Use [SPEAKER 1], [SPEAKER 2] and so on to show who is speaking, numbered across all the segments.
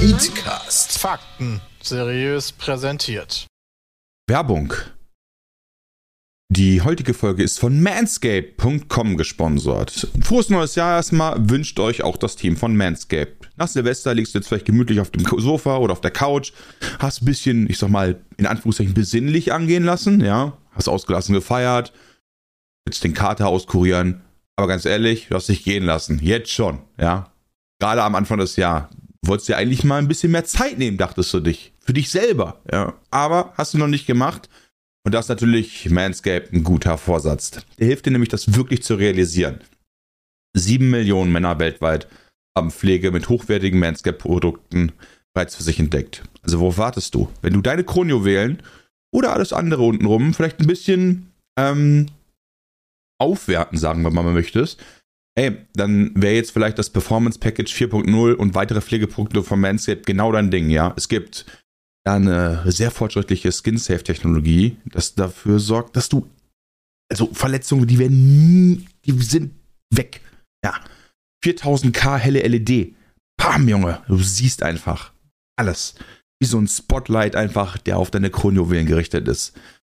[SPEAKER 1] Podcast. Fakten seriös präsentiert.
[SPEAKER 2] Werbung. Die heutige Folge ist von manscape.com gesponsert. Frohes neues Jahr erstmal, wünscht euch auch das Team von Manscape. Nach Silvester liegst du jetzt vielleicht gemütlich auf dem Sofa oder auf der Couch, hast ein bisschen, ich sag mal, in Anführungszeichen besinnlich angehen lassen, ja, hast ausgelassen gefeiert, willst den Kater auskurieren, aber ganz ehrlich, du hast dich gehen lassen, jetzt schon, ja. Gerade am Anfang des Jahres wolltest dir eigentlich mal ein bisschen mehr Zeit nehmen, dachtest du dich. Für dich selber. Ja. Aber hast du noch nicht gemacht. Und das ist natürlich Manscaped ein guter Vorsatz. Der hilft dir nämlich, das wirklich zu realisieren. Sieben Millionen Männer weltweit haben Pflege mit hochwertigen Manscaped-Produkten bereits für sich entdeckt. Also worauf wartest du? Wenn du deine Kronjuwelen oder alles andere untenrum vielleicht ein bisschen ähm, aufwerten, sagen wir mal, wenn du möchtest, Ey, dann wäre jetzt vielleicht das Performance Package 4.0 und weitere Pflegeprodukte von Manscaped genau dein Ding, ja. Es gibt da eine sehr fortschrittliche Skin-Safe-Technologie, das dafür sorgt, dass du, also Verletzungen, die werden nie, die sind weg, ja. 4000K helle LED, bam, Junge, du siehst einfach alles. Wie so ein Spotlight einfach, der auf deine Kronjuwelen gerichtet ist.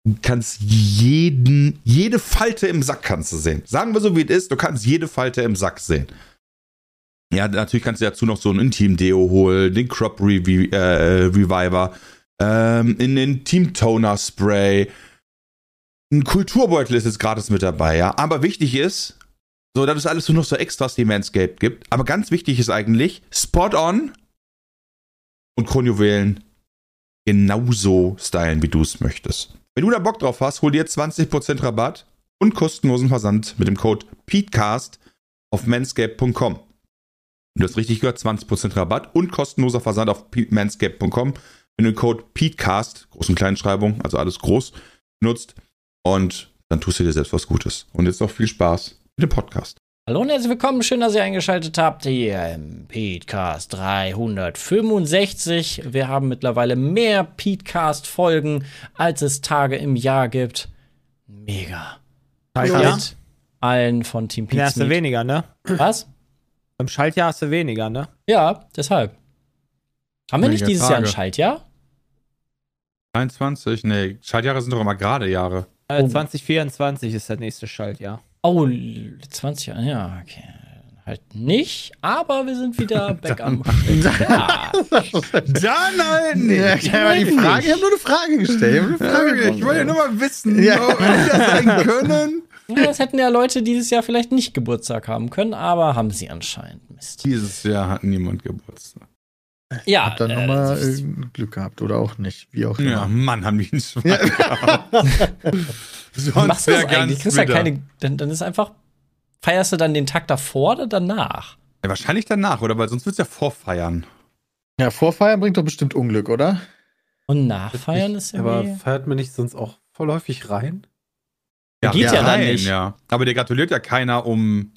[SPEAKER 2] Du kannst jeden, jede Falte im Sack kannst du sehen. Sagen wir so, wie es ist, du kannst jede Falte im Sack sehen. Ja, natürlich kannst du dazu noch so ein Intim-Deo holen, den Crop Revi äh, Reviver, ähm, in den Team-Toner-Spray. Ein Kulturbeutel ist jetzt gratis mit dabei, ja. Aber wichtig ist, so, das ist alles nur noch so Extras, die Manscape gibt. Aber ganz wichtig ist eigentlich, Spot on und Kronjuwelen genauso stylen, wie du es möchtest. Wenn du da Bock drauf hast, hol dir 20% Rabatt und kostenlosen Versand mit dem Code PETECAST auf manscape.com. Du hast richtig gehört, 20% Rabatt und kostenloser Versand auf manscape.com, wenn du den Code PETECAST, großen Kleinschreibung, also alles groß, nutzt und dann tust du dir selbst was Gutes. Und jetzt noch viel Spaß mit dem Podcast.
[SPEAKER 3] Hallo und herzlich willkommen, schön, dass ihr eingeschaltet habt hier im Petecast 365. Wir haben mittlerweile mehr Petecast-Folgen, als es Tage im Jahr gibt. Mega.
[SPEAKER 4] Schaltjahr?
[SPEAKER 3] Mit allen von Team
[SPEAKER 4] Ja, hast du
[SPEAKER 3] Pizza.
[SPEAKER 4] weniger, ne?
[SPEAKER 3] Was?
[SPEAKER 4] Beim Schaltjahr hast du weniger, ne?
[SPEAKER 3] Ja, deshalb. Haben wir nicht
[SPEAKER 5] Weniger
[SPEAKER 3] dieses Jahr ein
[SPEAKER 5] Tage.
[SPEAKER 3] Schaltjahr?
[SPEAKER 5] 23, nee, Schaltjahre sind doch immer gerade Jahre.
[SPEAKER 4] Äh,
[SPEAKER 3] Oh.
[SPEAKER 4] 2024 ist das nächste Schaltjahr.
[SPEAKER 3] Oh, 20 Jahre, ja, okay. Halt nicht, aber wir sind wieder back am Ja.
[SPEAKER 5] Dann halt
[SPEAKER 6] Ja, aber die Frage, ich habe nur eine Frage gestellt. Ich, hab nur eine Frage
[SPEAKER 5] Ich wollte ja nur mal wissen,
[SPEAKER 6] Ja.
[SPEAKER 5] ob wir das sein können.
[SPEAKER 3] Ja, Das hätten ja Leute dieses Jahr vielleicht nicht Geburtstag haben können, aber haben sie anscheinend. Mist.
[SPEAKER 5] Dieses Jahr hat niemand Geburtstag.
[SPEAKER 3] Ja,
[SPEAKER 6] Hab dann
[SPEAKER 3] äh,
[SPEAKER 6] nochmal
[SPEAKER 3] das ist-
[SPEAKER 6] irgendein Glück gehabt oder auch nicht, wie auch
[SPEAKER 5] Ja,
[SPEAKER 6] immer.
[SPEAKER 5] Mann, haben die einen Schwein gehabt. Sonst
[SPEAKER 3] machst du
[SPEAKER 5] wär
[SPEAKER 3] das
[SPEAKER 5] ganz
[SPEAKER 3] eigentlich? Kriegst ja
[SPEAKER 5] bitter.
[SPEAKER 3] keine, dann, dann ist einfach, feierst du dann den Tag davor oder danach?
[SPEAKER 5] Ja, wahrscheinlich danach, oder? Weil sonst würdest du ja vorfeiern.
[SPEAKER 6] Ja. Vorfeiern bringt doch bestimmt Unglück, oder?
[SPEAKER 3] Und nachfeiern ist
[SPEAKER 7] Aber
[SPEAKER 3] irgendwie.
[SPEAKER 7] feiert man nicht sonst auch vorläufig rein?
[SPEAKER 3] geht ja dann
[SPEAKER 5] nein,
[SPEAKER 3] nicht.
[SPEAKER 5] Ja. Aber dir gratuliert ja keiner um,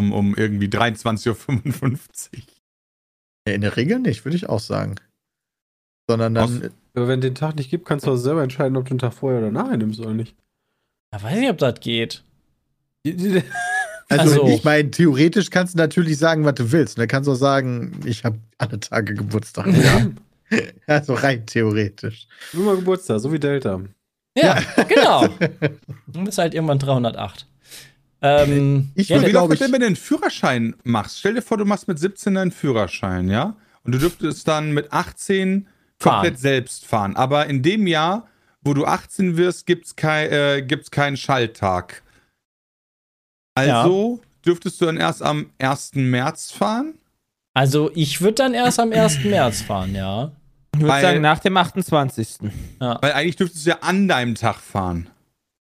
[SPEAKER 5] um, um irgendwie 23.55 Uhr.
[SPEAKER 6] Ja, in der Regel nicht, würde ich auch sagen. Sondern dann,
[SPEAKER 7] Aber wenn den Tag nicht gibt, kannst du auch selber entscheiden, ob du den Tag vorher oder nachher nimmst oder nicht.
[SPEAKER 3] Ja, weiß ich, ob das geht.
[SPEAKER 6] also,
[SPEAKER 3] also-
[SPEAKER 6] ich meine, theoretisch kannst du natürlich sagen, was du willst. Und dann kannst du auch sagen, ich habe alle Tage Geburtstag. Ja. also rein theoretisch.
[SPEAKER 7] Nur mal Geburtstag, so wie Delta.
[SPEAKER 3] Ja, genau. Dann bist du halt irgendwann 308. Ähm,
[SPEAKER 6] Ich
[SPEAKER 3] ja,
[SPEAKER 6] will
[SPEAKER 5] Wie
[SPEAKER 3] der-
[SPEAKER 6] glaub
[SPEAKER 5] läuft das
[SPEAKER 6] ich-
[SPEAKER 5] denn, wenn du einen Führerschein machst? Stell dir vor, du machst mit 17 deinen Führerschein, ja? Und du dürftest dann mit 18 komplett
[SPEAKER 3] Fahren.
[SPEAKER 5] selbst fahren. Aber in dem Jahr, wo du 18 wirst, gibt es kei, äh, gibt's keinen Schalttag. Also dürftest du dann erst am 1. März fahren?
[SPEAKER 3] also, ich würde dann erst am 1. März fahren, ja.
[SPEAKER 4] Ich würde
[SPEAKER 5] Weil-
[SPEAKER 4] sagen, nach dem 28.
[SPEAKER 5] Weil eigentlich dürftest du ja an deinem Tag fahren.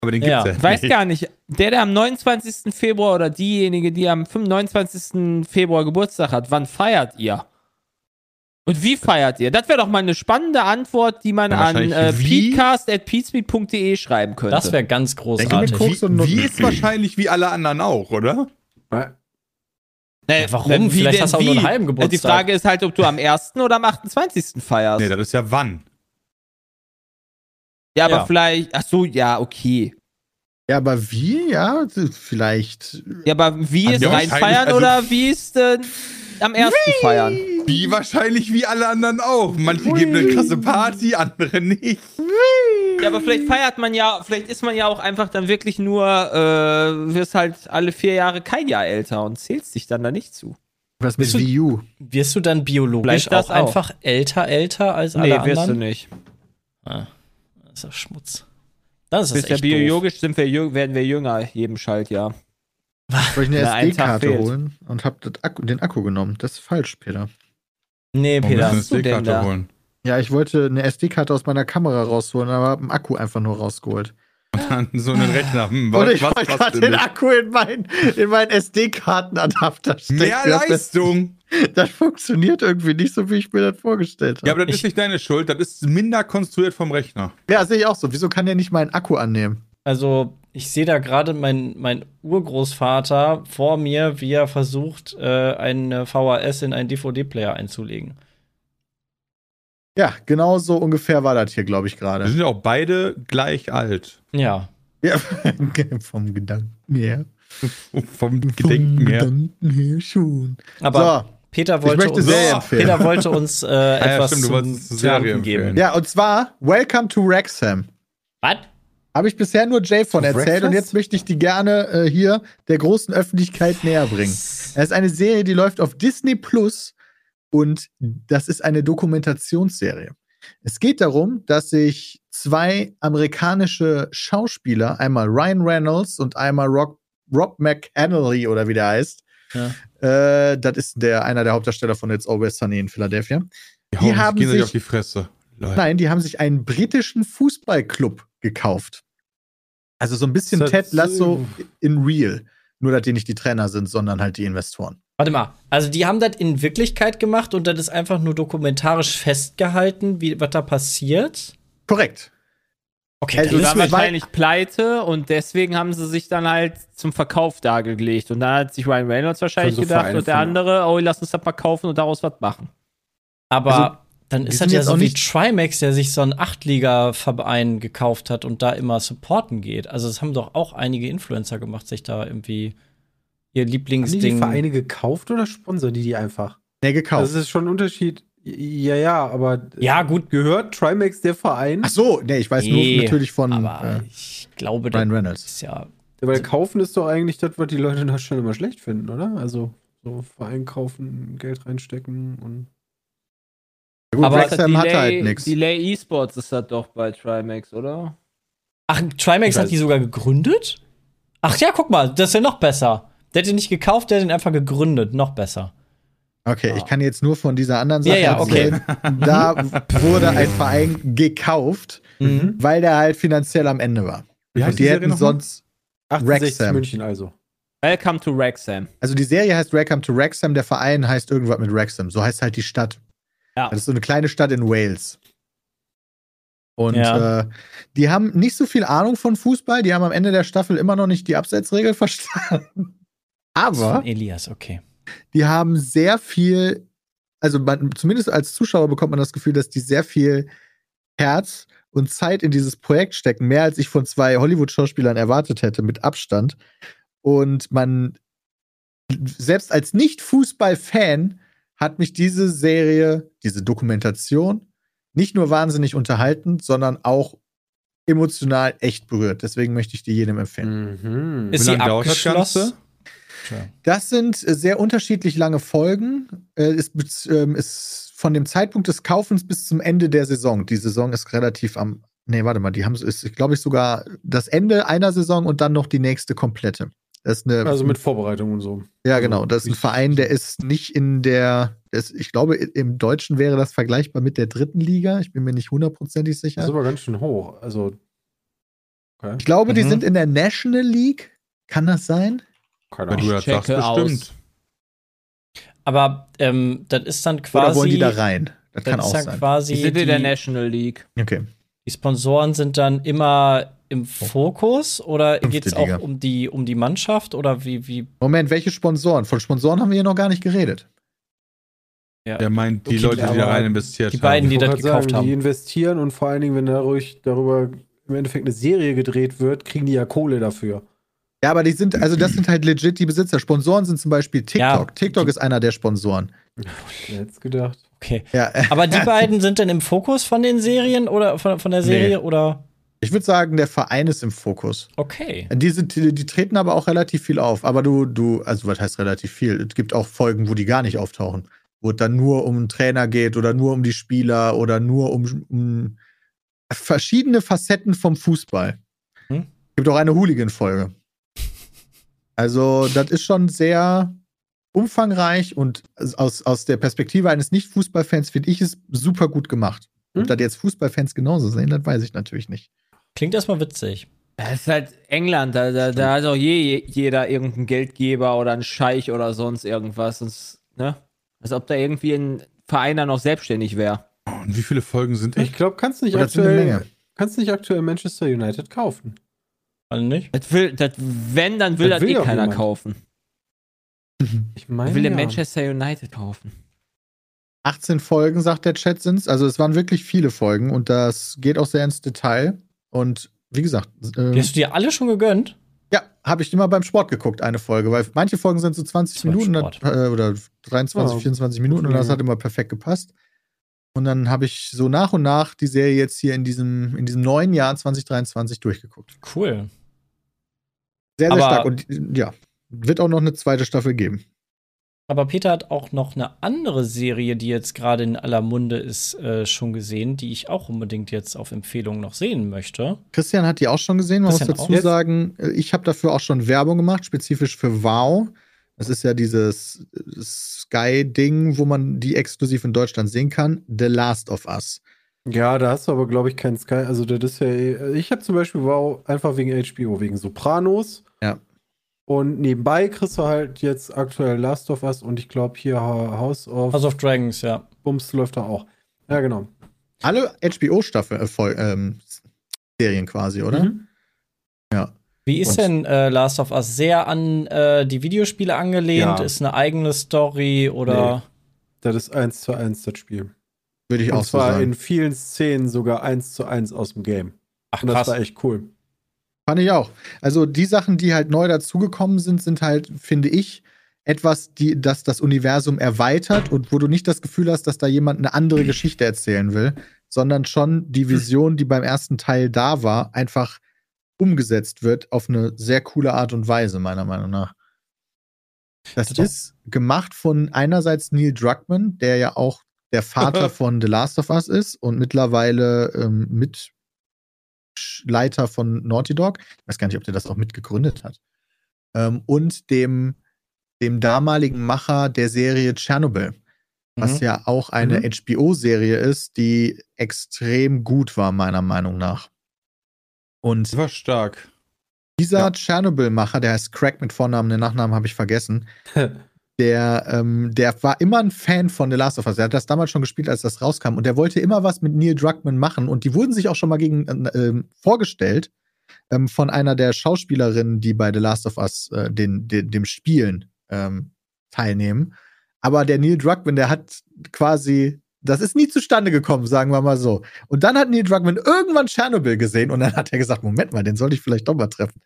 [SPEAKER 5] Aber den gibt's
[SPEAKER 3] Ja.
[SPEAKER 5] ja,
[SPEAKER 4] Ich
[SPEAKER 5] nicht.
[SPEAKER 4] weiß gar nicht, der, der am 29. Februar oder diejenige, die am 25. Februar Geburtstag hat, wann feiert ihr? Und wie feiert ihr? Das wäre doch mal eine spannende Antwort, die man
[SPEAKER 2] Ja,
[SPEAKER 4] an
[SPEAKER 2] wahrscheinlich
[SPEAKER 4] äh,
[SPEAKER 2] wie?
[SPEAKER 4] peatcast.peatspeed.de schreiben könnte.
[SPEAKER 3] Das wäre ganz
[SPEAKER 6] mit
[SPEAKER 3] großartig.
[SPEAKER 6] Koks und
[SPEAKER 2] Wie, wie
[SPEAKER 6] Nutten.
[SPEAKER 2] ist wahrscheinlich wie alle anderen auch, oder?
[SPEAKER 4] Nee,
[SPEAKER 3] Ja, warum?
[SPEAKER 4] wie
[SPEAKER 3] Vielleicht
[SPEAKER 4] denn
[SPEAKER 3] hast du auch nur einen
[SPEAKER 4] wie?
[SPEAKER 3] halben
[SPEAKER 4] Also
[SPEAKER 3] Geburtstag.
[SPEAKER 4] Die Frage ist halt, ob du am 1. oder am 28. feierst.
[SPEAKER 2] Nee, das ist ja wann.
[SPEAKER 4] ja, aber
[SPEAKER 3] ja.
[SPEAKER 4] vielleicht. Ach so, ja, okay.
[SPEAKER 6] Ja, aber wie? Ja, vielleicht.
[SPEAKER 4] Ja, aber wie ist
[SPEAKER 2] Ja,
[SPEAKER 4] rein
[SPEAKER 2] wahrscheinlich,
[SPEAKER 4] feiern
[SPEAKER 2] also-
[SPEAKER 4] oder wie ist äh, am 1. feiern?
[SPEAKER 2] Wie wahrscheinlich wie alle anderen auch. Manche geben eine krasse Party, andere nicht.
[SPEAKER 4] Ja, aber vielleicht feiert man ja, vielleicht ist man ja auch einfach dann wirklich nur, äh, wirst halt alle vier Jahre kein Jahr älter und zählst dich dann da nicht zu.
[SPEAKER 6] Was mit
[SPEAKER 3] Bist du-
[SPEAKER 6] Wii U?
[SPEAKER 3] Wirst du dann biologisch
[SPEAKER 4] Vielleicht das
[SPEAKER 3] auch,
[SPEAKER 4] auch.
[SPEAKER 3] einfach älter, älter als alle
[SPEAKER 4] wirst du
[SPEAKER 3] anderen?
[SPEAKER 4] nicht.
[SPEAKER 3] Das ist doch Schmutz. Das ist
[SPEAKER 4] Bist ja
[SPEAKER 3] echt doof.
[SPEAKER 4] biologisch, sind wir, jüng- werden wir jünger jedem Schaltjahr.
[SPEAKER 6] Soll ich eine
[SPEAKER 4] Na, ein Tag
[SPEAKER 6] SD-Karte
[SPEAKER 4] fehlt.
[SPEAKER 6] holen und hab das Akku, den Akku genommen? Das ist falsch, Peter.
[SPEAKER 3] Nee,
[SPEAKER 2] Warum
[SPEAKER 3] Peter.
[SPEAKER 2] müssen wir
[SPEAKER 4] denn
[SPEAKER 2] eine SD-Karte
[SPEAKER 4] da?
[SPEAKER 2] holen?
[SPEAKER 6] Ja, ich wollte eine SD-Karte aus meiner Kamera rausholen, aber hab den Akku einfach nur rausgeholt.
[SPEAKER 2] An so einen Rechner. Hm,
[SPEAKER 6] Und
[SPEAKER 2] was-
[SPEAKER 6] ich
[SPEAKER 2] was
[SPEAKER 6] wollte
[SPEAKER 2] passt
[SPEAKER 6] gerade
[SPEAKER 2] denn
[SPEAKER 6] den
[SPEAKER 2] nicht?
[SPEAKER 6] Akku in meinen in meinen SD-Kartenadapter stecken.
[SPEAKER 2] Mehr
[SPEAKER 6] Das-
[SPEAKER 2] Leistung.
[SPEAKER 6] Das funktioniert irgendwie nicht so, wie ich mir das vorgestellt
[SPEAKER 2] Ja,
[SPEAKER 6] habe.
[SPEAKER 2] aber das ist nicht deine Schuld. Das ist minder konstruiert vom Rechner.
[SPEAKER 6] Ja, sehe ich auch so. Wieso kann der nicht meinen Akku annehmen?
[SPEAKER 3] Also, ich sehe da gerade meinen mein Urgroßvater vor mir, wie er versucht, äh, eine VHS in einen DVD-Player einzulegen.
[SPEAKER 6] Ja, genau so ungefähr war das hier, glaube ich,
[SPEAKER 2] Wir
[SPEAKER 6] gerade.
[SPEAKER 2] sind ja auch beide gleich alt.
[SPEAKER 3] Ja.
[SPEAKER 6] Ja, vom Gedanken her.
[SPEAKER 2] Vom Gedenken
[SPEAKER 6] vom
[SPEAKER 2] her.
[SPEAKER 6] Gedanken her schon.
[SPEAKER 3] Aber
[SPEAKER 6] so,
[SPEAKER 3] Peter,
[SPEAKER 6] ich
[SPEAKER 3] wollte
[SPEAKER 6] möchte
[SPEAKER 3] uns,
[SPEAKER 6] Serie empfehlen.
[SPEAKER 3] Peter wollte uns äh, etwas
[SPEAKER 2] stimmt, du
[SPEAKER 3] zum
[SPEAKER 2] wolltest eine Serie
[SPEAKER 3] Gedanken geben.
[SPEAKER 2] empfehlen.
[SPEAKER 6] ja, und zwar Welcome to Wrexham.
[SPEAKER 3] Was?
[SPEAKER 6] Habe ich bisher nur Jay von
[SPEAKER 7] Zu
[SPEAKER 6] erzählt und
[SPEAKER 7] Breakfast?
[SPEAKER 6] jetzt möchte ich die gerne äh, hier der großen Öffentlichkeit näher bringen. Es ist eine Serie, die läuft auf Disney Plus und das ist eine Dokumentationsserie. Es geht darum, dass sich zwei amerikanische Schauspieler, einmal Ryan Reynolds und einmal Rock, Rob McAnally oder wie der heißt, äh, das ist der, einer der Hauptdarsteller von It's Always Sunny in Philadelphia.
[SPEAKER 2] Ja,
[SPEAKER 6] Die
[SPEAKER 2] hoffentlich
[SPEAKER 6] haben
[SPEAKER 2] gehen sie
[SPEAKER 6] sich-
[SPEAKER 2] nicht auf die Fresse. Leute.
[SPEAKER 6] Nein, die haben sich einen britischen Fußballclub gekauft. Also so ein bisschen
[SPEAKER 7] Das-
[SPEAKER 6] Ted Lasso in real. Nur, dass die nicht die Trainer sind, sondern halt die Investoren.
[SPEAKER 3] Warte mal, also die haben das in Wirklichkeit gemacht und das ist einfach nur dokumentarisch festgehalten, wie was da passiert.
[SPEAKER 6] Korrekt.
[SPEAKER 3] Okay,
[SPEAKER 4] Die
[SPEAKER 6] Also
[SPEAKER 3] dann
[SPEAKER 6] das
[SPEAKER 3] ist
[SPEAKER 4] waren
[SPEAKER 6] war-
[SPEAKER 4] wahrscheinlich pleite und deswegen haben sie sich dann halt zum Verkauf dargelegt. Und da hat sich Ryan Reynolds wahrscheinlich
[SPEAKER 7] Können so
[SPEAKER 4] gedacht
[SPEAKER 7] Vereine
[SPEAKER 4] und der
[SPEAKER 7] von-
[SPEAKER 4] andere, oh, lass uns das mal kaufen und daraus was machen.
[SPEAKER 3] aber
[SPEAKER 6] also,
[SPEAKER 3] dann
[SPEAKER 6] die
[SPEAKER 3] ist
[SPEAKER 6] sind
[SPEAKER 3] das ja
[SPEAKER 6] jetzt
[SPEAKER 3] so
[SPEAKER 6] auch
[SPEAKER 3] wie
[SPEAKER 6] nicht-
[SPEAKER 3] Trimax, der sich so einen Achtliga-Verein gekauft hat und da immer supporten geht. Also es haben doch auch einige Influencer gemacht, sich da irgendwie ihr
[SPEAKER 7] Haben die, die
[SPEAKER 3] Lieblingsding.
[SPEAKER 7] Vereine gekauft oder sponsern die die einfach?
[SPEAKER 6] Nee,
[SPEAKER 7] Das
[SPEAKER 6] gekauft.
[SPEAKER 7] ist schon ein Unterschied. Ja, ja, aber
[SPEAKER 4] Ah,
[SPEAKER 3] ja, gut,
[SPEAKER 7] gehört Trimax der Verein?
[SPEAKER 6] Ach so, nee, ich weiß
[SPEAKER 3] Nee,
[SPEAKER 6] nur natürlich von
[SPEAKER 3] aber
[SPEAKER 6] äh,
[SPEAKER 3] ich glaube, das
[SPEAKER 6] Ryan Reynolds.
[SPEAKER 3] ist ja.
[SPEAKER 7] Weil kaufen ist doch eigentlich das, was die Leute in Deutschland immer schlecht finden, oder? Also so Verein kaufen, Geld reinstecken und
[SPEAKER 6] Ja, gut,
[SPEAKER 3] aber
[SPEAKER 6] Wrexham hat halt
[SPEAKER 4] Delay,
[SPEAKER 6] nichts.
[SPEAKER 4] Delay Esports ist das doch bei Trimax, oder?
[SPEAKER 3] Ach, Trimax hat die sogar gegründet? Ach ja, guck mal, das ist ja noch besser. Der hat den nicht gekauft, der hat den einfach gegründet. Noch besser.
[SPEAKER 6] Okay, ich kann jetzt nur von dieser anderen
[SPEAKER 3] Ja,
[SPEAKER 6] Sache
[SPEAKER 3] ja, okay.
[SPEAKER 6] erzählen. Da wurde ein Verein gekauft, weil der halt finanziell am Ende war.
[SPEAKER 2] Wie heißt
[SPEAKER 6] Und die
[SPEAKER 2] Serie
[SPEAKER 6] hätten
[SPEAKER 2] noch mal?
[SPEAKER 6] sonst
[SPEAKER 7] 68
[SPEAKER 6] Wrexham.
[SPEAKER 7] München also.
[SPEAKER 4] Welcome to Wrexham.
[SPEAKER 6] Also die Serie heißt Welcome to Wrexham, der Verein heißt irgendwas mit Wrexham. So heißt halt die Stadt.
[SPEAKER 4] Ja.
[SPEAKER 6] Das ist so eine kleine Stadt in Wales. Und
[SPEAKER 3] Ja.
[SPEAKER 6] äh, die haben nicht so viel Ahnung von Fußball. Die haben am Ende der Staffel immer noch nicht die Abseitsregel verstanden.
[SPEAKER 3] Das ist
[SPEAKER 6] Aber
[SPEAKER 3] Von Elias, okay.
[SPEAKER 6] die haben sehr viel, also man, zumindest als Zuschauer bekommt man das Gefühl, dass die sehr viel Herz und Zeit in dieses Projekt stecken, mehr als ich von zwei Hollywood-Schauspielern erwartet hätte, mit Abstand. Und man, selbst als Nicht-Fußball-Fan, hat mich diese Serie, diese Dokumentation nicht nur wahnsinnig unterhalten, sondern auch emotional echt berührt. Deswegen möchte ich die jedem empfehlen.
[SPEAKER 7] Mhm.
[SPEAKER 3] Ist
[SPEAKER 2] Wie
[SPEAKER 3] sie
[SPEAKER 2] lange dauert das
[SPEAKER 3] abgeschlossen?
[SPEAKER 6] Das sind äh, sehr unterschiedlich lange Folgen. Äh, Es bez- ähm, ist von dem Zeitpunkt des Kaufens bis zum Ende der Saison. Die Saison ist relativ am. Nee, warte mal, die haben es, glaube ich, sogar das Ende einer Saison und dann noch die nächste komplette. Das ist eine,
[SPEAKER 7] Also mit Vorbereitung und so.
[SPEAKER 6] ja, genau. Das ist ein Verein, der ist nicht in der. Das, ich glaube, i- im Deutschen wäre das vergleichbar mit der dritten Liga. Ich bin mir nicht hundertprozentig sicher.
[SPEAKER 7] Das ist aber ganz schön hoch. Also
[SPEAKER 6] ich glaube, die
[SPEAKER 3] Mhm.
[SPEAKER 6] sind in der National League. Kann das sein?
[SPEAKER 7] keine
[SPEAKER 2] Wenn du
[SPEAKER 7] Ahnung.
[SPEAKER 2] das sagst,
[SPEAKER 4] checke aus.
[SPEAKER 2] bestimmt.
[SPEAKER 3] Aber ähm, das ist dann quasi.
[SPEAKER 6] Oder wollen die da rein?
[SPEAKER 3] Das
[SPEAKER 6] Das kann
[SPEAKER 3] ist
[SPEAKER 6] auch
[SPEAKER 3] dann
[SPEAKER 6] sein.
[SPEAKER 3] quasi.
[SPEAKER 4] Die sind in der National League.
[SPEAKER 6] Okay.
[SPEAKER 3] die Sponsoren sind dann immer im Fokus oder
[SPEAKER 6] Oh. Fünfte
[SPEAKER 3] geht es auch
[SPEAKER 6] Liga.
[SPEAKER 3] um die, um die Mannschaft oder wie, wie
[SPEAKER 6] Moment, welche Sponsoren? Von Sponsoren haben wir hier noch gar nicht geredet.
[SPEAKER 5] Der meint, die
[SPEAKER 7] Okay,
[SPEAKER 5] Leute, die da
[SPEAKER 7] aber
[SPEAKER 5] rein investiert
[SPEAKER 3] die beiden,
[SPEAKER 5] haben.
[SPEAKER 3] die
[SPEAKER 7] Ich
[SPEAKER 3] das
[SPEAKER 7] wollte
[SPEAKER 3] gekauft
[SPEAKER 7] sagen, Die
[SPEAKER 3] haben?
[SPEAKER 7] investieren und vor allen Dingen, wenn dadurch, darüber im Endeffekt eine Serie gedreht wird, kriegen die ja Kohle dafür.
[SPEAKER 6] Ja, aber die sind, also das sind halt legit die Besitzer. Sponsoren sind zum Beispiel TikTok.
[SPEAKER 3] Ja.
[SPEAKER 6] TikTok ist einer der Sponsoren.
[SPEAKER 7] Wer hätte gedacht?
[SPEAKER 3] Okay.
[SPEAKER 6] Ja.
[SPEAKER 3] Aber die beiden sind dann im Fokus von den Serien oder von, von der Serie oder?
[SPEAKER 6] Ich würde sagen, der Verein ist im Fokus.
[SPEAKER 3] Okay.
[SPEAKER 6] Die, sind, Äh, die, die treten aber auch relativ viel auf. Aber du, du, also was heißt relativ viel? Es gibt auch Folgen, wo die gar nicht auftauchen. Wo es dann nur um einen Trainer geht oder nur um die Spieler oder nur um, um verschiedene Facetten vom Fußball.
[SPEAKER 3] Hm.
[SPEAKER 6] Gibt auch eine Hooligan-Folge. Also, das ist schon sehr umfangreich und aus, aus der Perspektive eines Nicht-Fußballfans finde ich es super gut gemacht.
[SPEAKER 7] Hm.
[SPEAKER 6] Ob das jetzt Fußballfans genauso sehen, das weiß ich natürlich nicht.
[SPEAKER 3] Klingt erstmal witzig.
[SPEAKER 4] Das ist halt England, da, da, da hat auch je, jeder irgendeinen Geldgeber oder einen Scheich oder sonst irgendwas. Sonst, ne? Als ob da irgendwie ein Verein da noch selbstständig wäre.
[SPEAKER 5] Und wie viele Folgen sind
[SPEAKER 7] Ich
[SPEAKER 5] echt?
[SPEAKER 7] glaube, kannst du nicht
[SPEAKER 6] Oder zumindest
[SPEAKER 7] aktuell,
[SPEAKER 6] länger.
[SPEAKER 7] kannst du nicht aktuell Manchester United kaufen.
[SPEAKER 3] Alle nicht?
[SPEAKER 4] Das will, das, wenn, dann will
[SPEAKER 7] Das
[SPEAKER 4] das,
[SPEAKER 7] will
[SPEAKER 4] eh
[SPEAKER 7] doch
[SPEAKER 4] keiner
[SPEAKER 7] niemand.
[SPEAKER 4] kaufen.
[SPEAKER 7] Ich meine,
[SPEAKER 4] Will der
[SPEAKER 7] ja.
[SPEAKER 4] Manchester United kaufen.
[SPEAKER 6] 18 Folgen, sagt der Chat, sind's. Also es waren wirklich viele Folgen und das geht auch sehr ins Detail. Und wie gesagt,
[SPEAKER 3] Die
[SPEAKER 6] äh,
[SPEAKER 3] hast du dir alle schon gegönnt?
[SPEAKER 6] ja, habe ich immer beim Sport geguckt, eine Folge, weil manche Folgen sind so 20
[SPEAKER 3] Beim
[SPEAKER 6] Minuten
[SPEAKER 3] Sport.
[SPEAKER 6] äh, oder 23,
[SPEAKER 7] Ja,
[SPEAKER 6] 24 Minuten und das hat immer perfekt gepasst. Und dann habe ich so nach und nach die Serie jetzt hier in diesem, in diesem neuen Jahr 2023 durchgeguckt.
[SPEAKER 3] Cool.
[SPEAKER 6] Sehr, sehr
[SPEAKER 3] Aber-
[SPEAKER 6] stark. Und äh, ja, wird auch noch eine zweite Staffel geben.
[SPEAKER 3] Aber Peter hat auch noch eine andere Serie, die jetzt gerade in aller Munde ist, äh, schon gesehen, die ich auch unbedingt jetzt auf Empfehlung noch sehen möchte.
[SPEAKER 6] Christian hat die auch schon gesehen. Man
[SPEAKER 3] Christian
[SPEAKER 6] muss
[SPEAKER 3] auch?
[SPEAKER 6] dazu
[SPEAKER 3] Jetzt?
[SPEAKER 6] sagen, äh, ich habe dafür auch schon Werbung gemacht, spezifisch für Wow. Das ist ja dieses äh, Sky-Ding, wo man die exklusiv in Deutschland sehen kann. The Last of Us.
[SPEAKER 7] Ja, da hast du aber, glaube ich, keinen Sky. Also, das ist ja. eh- Ich habe zum Beispiel wow, einfach wegen HBO, wegen Sopranos.
[SPEAKER 6] Ja.
[SPEAKER 7] Und nebenbei kriegst du halt jetzt aktuell Last of Us und ich glaube hier Ha- House of
[SPEAKER 3] House of Dragons, ja.
[SPEAKER 7] Bums läuft da auch. Ja, genau.
[SPEAKER 6] Alle HBO-Staffel, äh, Fol- ähm, Serien quasi, oder?
[SPEAKER 7] Mhm.
[SPEAKER 3] Wie ist
[SPEAKER 6] Und-
[SPEAKER 3] denn äh, Last of Us? Sehr an äh, die Videospiele angelehnt?
[SPEAKER 7] Ja.
[SPEAKER 3] Ist eine eigene Story oder
[SPEAKER 7] Das ist eins zu eins das Spiel.
[SPEAKER 6] Würde ich
[SPEAKER 7] und
[SPEAKER 6] auch so
[SPEAKER 7] zwar in
[SPEAKER 6] sagen.
[SPEAKER 7] vielen Szenen sogar eins zu eins aus dem Game.
[SPEAKER 3] Ach
[SPEAKER 7] Und das
[SPEAKER 3] krass.
[SPEAKER 7] war echt cool.
[SPEAKER 6] Fand ich auch. Also die Sachen, die halt neu dazugekommen sind, sind halt, finde ich, etwas, die, das das Universum erweitert und wo du nicht das Gefühl hast, dass da jemand eine andere Geschichte erzählen will, sondern schon die Vision, die beim ersten Teil da war, einfach umgesetzt wird auf eine sehr coole Art und Weise, meiner Meinung nach. Das
[SPEAKER 3] Total.
[SPEAKER 6] ist gemacht von einerseits Neil Druckmann, der ja auch der Vater von The Last of Us ist und mittlerweile ähm, Mitleiter von Naughty Dog. Ich weiß gar nicht, ob der das auch mitgegründet hat. Ähm, und dem, dem damaligen Macher der Serie Tschernobyl, was
[SPEAKER 3] Mhm.
[SPEAKER 6] ja auch eine
[SPEAKER 7] Mhm.
[SPEAKER 6] HBO-Serie ist, die extrem gut war, meiner Meinung nach. Und
[SPEAKER 5] Das war stark.
[SPEAKER 6] dieser Tschernobyl-Macher, der heißt Craig mit Vornamen, den Nachnamen habe ich vergessen, der, ähm, der war immer ein Fan von The Last of Us. Der hat das damals schon gespielt, als das rauskam. Und der wollte immer was mit Neil Druckmann machen. Und die wurden sich auch schon mal gegen ähm, vorgestellt ähm, von einer der Schauspielerinnen, die bei The Last of Us äh, den, den, dem Spielen ähm, teilnehmen. Aber der Neil Druckmann, der hat quasi, das ist nie zustande gekommen, sagen wir mal so. Und dann hat Neil Druckmann irgendwann Tschernobyl gesehen und dann hat er gesagt, Moment mal, den sollte ich vielleicht doch mal treffen.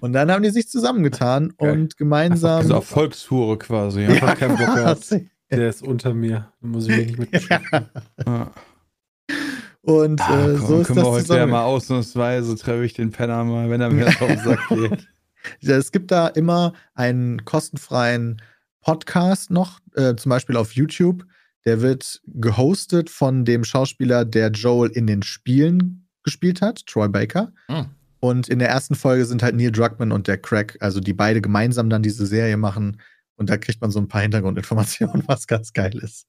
[SPEAKER 6] Und dann haben die sich zusammengetan
[SPEAKER 7] Geil.
[SPEAKER 6] und gemeinsam.
[SPEAKER 5] Also auf Volkshure quasi. Ja.
[SPEAKER 7] Einfach keinen Bock gehabt.
[SPEAKER 6] quasi.
[SPEAKER 7] Der ist unter mir. Da muss ich mich nicht mit beschäftigen.
[SPEAKER 5] Ah,
[SPEAKER 6] Und äh,
[SPEAKER 5] komm,
[SPEAKER 6] so ist
[SPEAKER 5] können wir
[SPEAKER 6] das
[SPEAKER 5] heute ja
[SPEAKER 6] zusammen.
[SPEAKER 5] mal ausnahmsweise treffe ich den Penner mal, wenn er mir auf den Sack geht.
[SPEAKER 6] Ja, Es gibt da immer einen kostenfreien Podcast noch, äh, zum Beispiel auf YouTube. Der wird gehostet von dem Schauspieler, der Joel in den Spielen gespielt hat, Troy Baker.
[SPEAKER 3] Hm.
[SPEAKER 6] Und in der ersten Folge sind halt Neil Druckmann und der Craig, also die beide gemeinsam dann diese Serie machen. Und da kriegt man so ein paar Hintergrundinformationen, was ganz geil ist.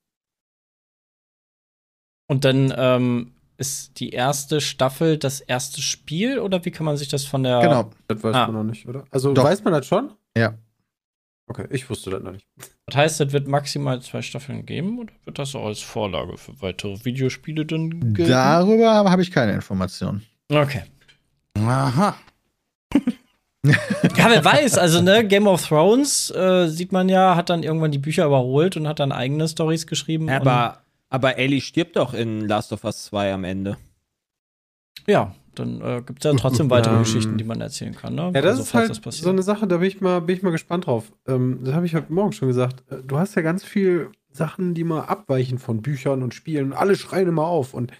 [SPEAKER 3] Und dann ähm, ist die erste Staffel das erste Spiel oder wie kann man sich das von der.
[SPEAKER 6] Genau.
[SPEAKER 7] Das weiß
[SPEAKER 3] Ah.
[SPEAKER 7] man noch nicht, oder? Also
[SPEAKER 6] Doch.
[SPEAKER 7] weiß man das schon?
[SPEAKER 6] Ja.
[SPEAKER 7] Okay, ich wusste das noch nicht.
[SPEAKER 3] Das heißt, es wird maximal zwei Staffeln geben oder wird das auch als Vorlage für weitere Videospiele dann gelten?
[SPEAKER 6] Darüber habe hab ich keine Informationen.
[SPEAKER 3] Okay.
[SPEAKER 5] Aha.
[SPEAKER 3] Ja, wer weiß, also ne, Game of Thrones äh, sieht man ja, hat dann irgendwann die Bücher überholt und hat dann eigene Stories geschrieben.
[SPEAKER 4] Aber, aber Ellie stirbt doch in Last of Us 2 am Ende.
[SPEAKER 3] und, ja, dann äh, gibt
[SPEAKER 5] Mhm.
[SPEAKER 3] es ja trotzdem weitere
[SPEAKER 7] Ähm,
[SPEAKER 3] Geschichten, die man erzählen kann. Ne?
[SPEAKER 7] Ja, das
[SPEAKER 3] Also,
[SPEAKER 7] ist
[SPEAKER 3] falls
[SPEAKER 7] halt so eine Sache, da bin ich mal, bin ich mal gespannt drauf. Ähm, das habe ich heute Morgen schon gesagt. Äh, Du hast ja ganz viel Sachen, die mal abweichen von Büchern und Spielen. Alle schreien immer auf. Und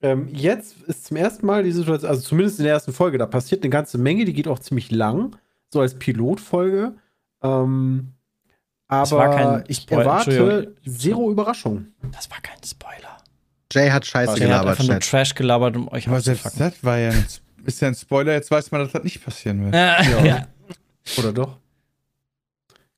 [SPEAKER 7] ähm, jetzt ist zum ersten Mal die Situation, also zumindest in der ersten Folge, da passiert eine ganze Menge, die geht auch ziemlich lang, so als Pilotfolge. Ähm,
[SPEAKER 3] Das war
[SPEAKER 7] aber
[SPEAKER 3] kein
[SPEAKER 7] ich
[SPEAKER 3] Spoil-
[SPEAKER 7] erwarte
[SPEAKER 3] Entschuldigung.
[SPEAKER 7] zero Überraschung.
[SPEAKER 3] das war kein Spoiler.
[SPEAKER 6] Jay hat
[SPEAKER 3] Der
[SPEAKER 6] Scheiß
[SPEAKER 3] hat
[SPEAKER 6] gelabert.
[SPEAKER 3] einfach nur
[SPEAKER 6] Chat.
[SPEAKER 3] Trash gelabert, um euch
[SPEAKER 5] Aber selbst
[SPEAKER 3] abzufacken.
[SPEAKER 5] das war ja ein, ist ja ein Spoiler, jetzt weiß man, dass das nicht passieren wird.
[SPEAKER 3] Äh, ja.
[SPEAKER 7] Oder doch?